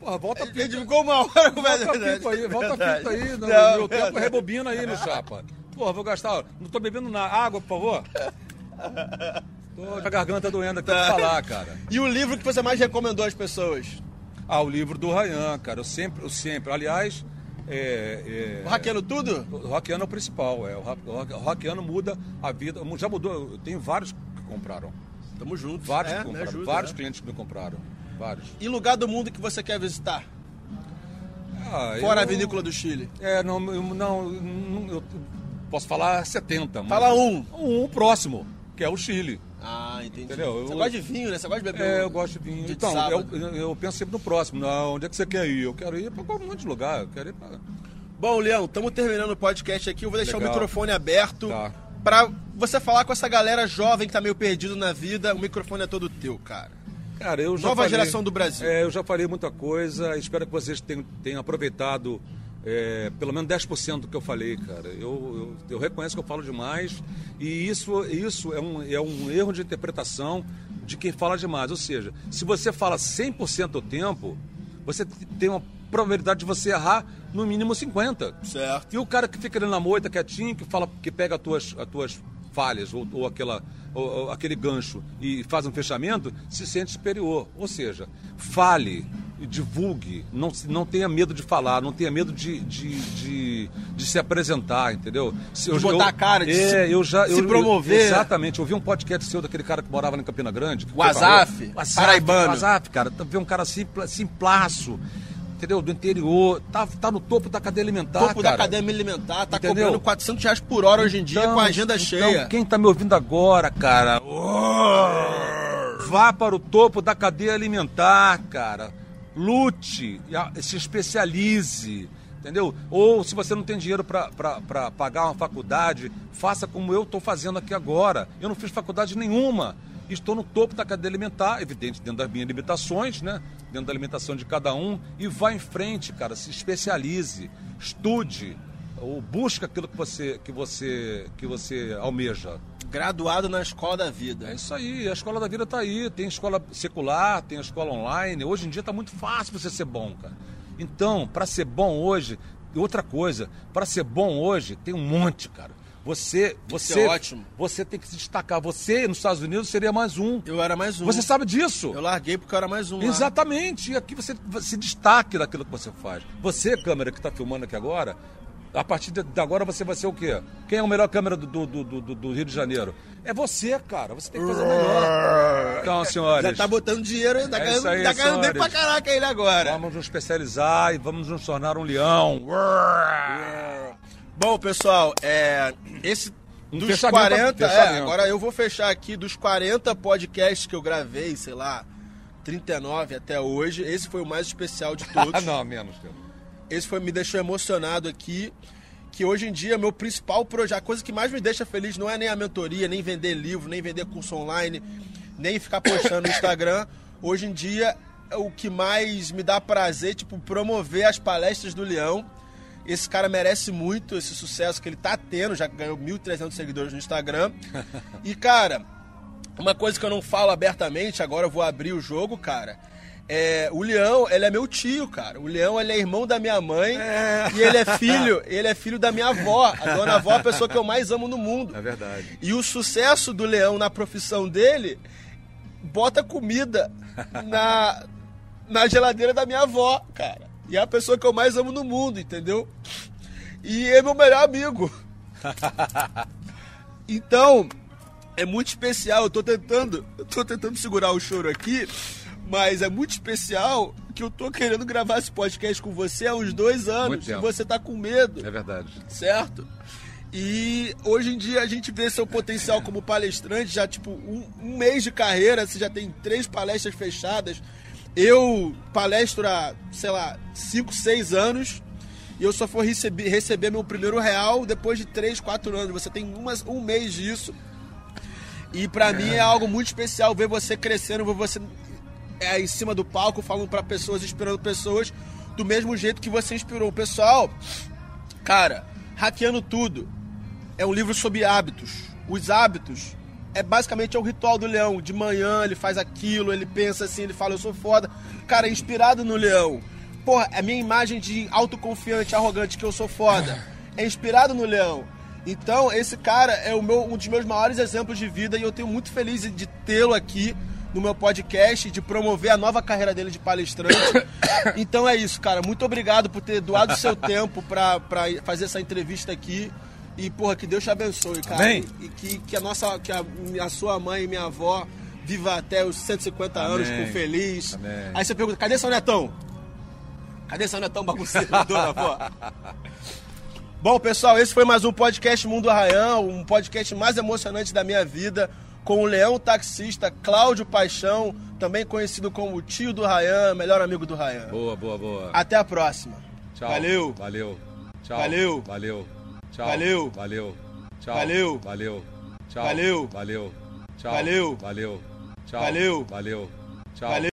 B: Porra, volta
A: Ele
B: pinto,
A: ficou uma hora é com
B: volta pinto aí, volta pinto aí. No,
A: é
B: no meu tempo é rebobina aí no chapa. Porra, vou gastar. Não tô bebendo na água, por favor. Tô com a garganta doendo aqui pra falar, cara.
A: E o livro que você mais recomendou às pessoas?
B: Ah, o livro do Rayan, cara. Eu sempre, eu sempre. Aliás, é. é-
A: O Hackeando Tudo?
B: O Rockiano é o principal, é. O Ra- o Rock- o Rockiano muda a vida. Já mudou. Eu tenho vários que compraram.
A: Tamo junto.
B: Vários
A: é,
B: que
A: me
B: compraram.
A: ajuda,
B: vários
A: né?
B: clientes que me compraram. Vários.
A: E lugar do mundo que você quer visitar?
B: Ah,
A: Fora
B: eu-
A: a vinícola do Chile.
B: É, não, eu, não, não, eu posso falar 70. Mas
A: Fala um.
B: Um, o próximo, que é o Chile.
A: Ah, entendi.
B: Entendeu?
A: Você
B: Eu-
A: gosta de vinho, né? Você gosta de beber
B: É,
A: um-
B: eu gosto de vinho.
A: dia
B: Então,
A: sábado.
B: eu, eu penso sempre no próximo. Não, onde é que você quer ir? Eu quero ir para um monte de lugar. Eu quero ir pra...
A: Bom, Leão, estamos terminando o podcast aqui. Eu vou deixar
B: Legal.
A: o microfone aberto
B: Tá.
A: pra você falar com essa galera jovem que tá meio perdido na vida. O microfone é todo teu, cara.
B: Cara, eu já
A: Nova
B: falei-
A: geração do Brasil.
B: É, eu já falei muita coisa. Espero que vocês tenham, tenham aproveitado é, pelo menos 10% do que eu falei, cara. Eu, eu, eu reconheço que eu falo demais e isso, isso é, um, é um erro de interpretação de quem fala demais. Ou seja, se você fala 100% do tempo, você t- tem uma probabilidade de você errar no mínimo 50.
A: Certo.
B: E o cara que fica ali na moita, quietinho, que fala, que pega as tuas, as tuas falhas ou, ou aquela, ou- ou aquele gancho e faz um fechamento, se sente superior. Ou seja, fale, divulgue, não, se- não tenha medo de falar, não tenha medo de, de, de, de se apresentar, entendeu? Se,
A: De botar a cara, de
B: é,
A: se-
B: eu já,
A: se
B: eu-
A: promover.
B: exatamente. Eu vi um podcast seu daquele cara que morava lá em Campina Grande. que
A: O Azaf,
B: falou- Azaf,
A: paraibano.
B: Azaf, WhatsApp, cara, tá- vê um cara simpla- simplaço, entendeu? Do interior, tá, tá no topo da cadeia alimentar,
A: topo da
B: Tá, cara.
A: cadeia alimentar, tá
B: Entendeu?
A: cobrando 400 reais por hora hoje em dia com a agenda
B: então,
A: cheia.
B: quem tá me ouvindo agora, cara, vá para o topo da cadeia alimentar, cara. Lute, e a- se especialize, entendeu? Ou se você não tem dinheiro para pagar uma faculdade, faça como eu estou fazendo aqui agora. Eu não fiz faculdade nenhuma. Estou no topo da cadeia alimentar, evidente, dentro das minhas limitações, né? Dentro da alimentação de cada um. E vá em frente, cara. Se especialize, estude, ou busca aquilo que você, que você, que você almeja.
A: Graduado na escola da
B: É
A: vida.
B: isso aí, a escola da vida tá aí. Tem escola secular, tem escola online. Hoje em dia tá muito fácil você ser bom, cara. Então, para ser bom hoje, e outra coisa, para ser bom hoje tem um monte, cara. Você, você,
A: é ótimo.
B: você tem que se destacar. Você nos Estados Unidos seria mais um.
A: Eu era mais um.
B: Você sabe disso?
A: Eu larguei porque eu era mais um. lá.
B: Exatamente. E aqui você se destaque naquilo que você faz. Você, câmera que está filmando aqui agora, a partir de de agora você vai ser o quê? Quem é o melhor câmera do, do, do, do- do Rio de Janeiro? É você, cara. Você tem que fazer melhor. Então,
A: Já
B: senhores,
A: tá botando dinheiro, tá
B: É
A: ganhando,
B: isso aí,
A: tá ganhando bem pra
B: senhores.
A: caraca ele agora.
B: vamos nos especializar e vamos nos tornar um leão.
A: Bom, pessoal, é, esse
B: Um
A: dos
B: fechamento,
A: 40, é,
B: fechamento.
A: agora eu vou fechar aqui dos 40 podcasts que eu gravei, sei lá, 39 até hoje. Esse foi o mais especial de
B: Ah,
A: todos.
B: não, menos. cara.
A: Esse foi me deixou emocionado aqui. Que hoje em dia, meu principal projeto, a coisa que mais me deixa feliz não é nem a mentoria, nem vender livro, nem vender curso online, nem ficar postando no Instagram. Hoje em dia, é o que mais me dá prazer, tipo, promover as palestras do Leão. Esse cara merece muito esse sucesso que ele tá tendo, já que ganhou 1.300 seguidores no Instagram. E, cara, uma coisa que eu não falo abertamente, agora eu vou abrir o jogo, cara. É, o Leão, ele é meu tio, cara. O Leão, ele é irmão da minha mãe e ele é filho, ele é filho da minha avó. A dona avó é a pessoa que eu mais amo no mundo.
B: É verdade.
A: E o sucesso do Leão na profissão dele bota comida na, na geladeira da minha avó, cara. E é a pessoa que eu mais amo no mundo, entendeu? E é meu melhor amigo. Então, é muito especial. Eu tô tentando, eu tô tentando segurar o choro aqui, mas é muito especial que eu tô querendo gravar esse podcast com você há uns dois anos
B: Muito
A: e
B: tempo.
A: você tá com medo
B: É verdade.
A: certo? E hoje em dia a gente vê seu potencial como palestrante, já tipo um, um mês de carreira, você já tem três palestras fechadas. Eu palestro há, sei lá, cinco, seis anos e eu só fui receber, receber meu primeiro real depois de três, quatro anos. Você tem umas, um mês disso. E pra mim é algo muito especial ver você crescendo, ver você é, em cima do palco falando pra pessoas, inspirando pessoas do mesmo jeito que você inspirou o pessoal. Cara, Hackeando Tudo é um livro sobre hábitos. Os hábitos é basicamente é o ritual do leão. De manhã ele faz aquilo, ele pensa assim, ele fala, eu sou foda. Cara, é inspirado no leão. Porra, é a minha imagem de autoconfiante, arrogante, que eu sou foda, é inspirado no leão. Então, esse cara é o meu- um dos meus maiores exemplos de vida e eu tenho muito feliz de tê-lo aqui no meu podcast, de promover a nova carreira dele de palestrante. então é isso, cara. Muito obrigado por ter doado seu tempo pra, pra fazer essa entrevista aqui. E, porra, que Deus te abençoe, cara.
B: Amém.
A: E que, que a nossa, que a, a sua mãe e minha avó viva até os 150 anos
B: Amém.
A: com feliz.
B: Amém.
A: Aí você pergunta, cadê seu netão? Cadê seu netão bagunceiro, dona avó? Bom, pessoal, esse foi mais um podcast Mundo Arraião, um podcast mais emocionante da minha vida, com o Leão Taxista, Cláudio Paixão, também conhecido como o tio do Rayan, melhor amigo do Rayan.
B: Boa, boa, boa.
A: Até a próxima.
B: Tchau.
A: Valeu.
B: Valeu. Tchau.
A: Valeu.
B: Valeu. Tchau.
A: Valeu.
B: Valeu. Tchau.
A: Valeu.
B: Valeu. Tchau.
A: Valeu.
B: Valeu. Tchau.
A: Valeu.
B: Valeu. Tchau.
A: Valeu.
B: Valeu. Tchau.
A: Valeu.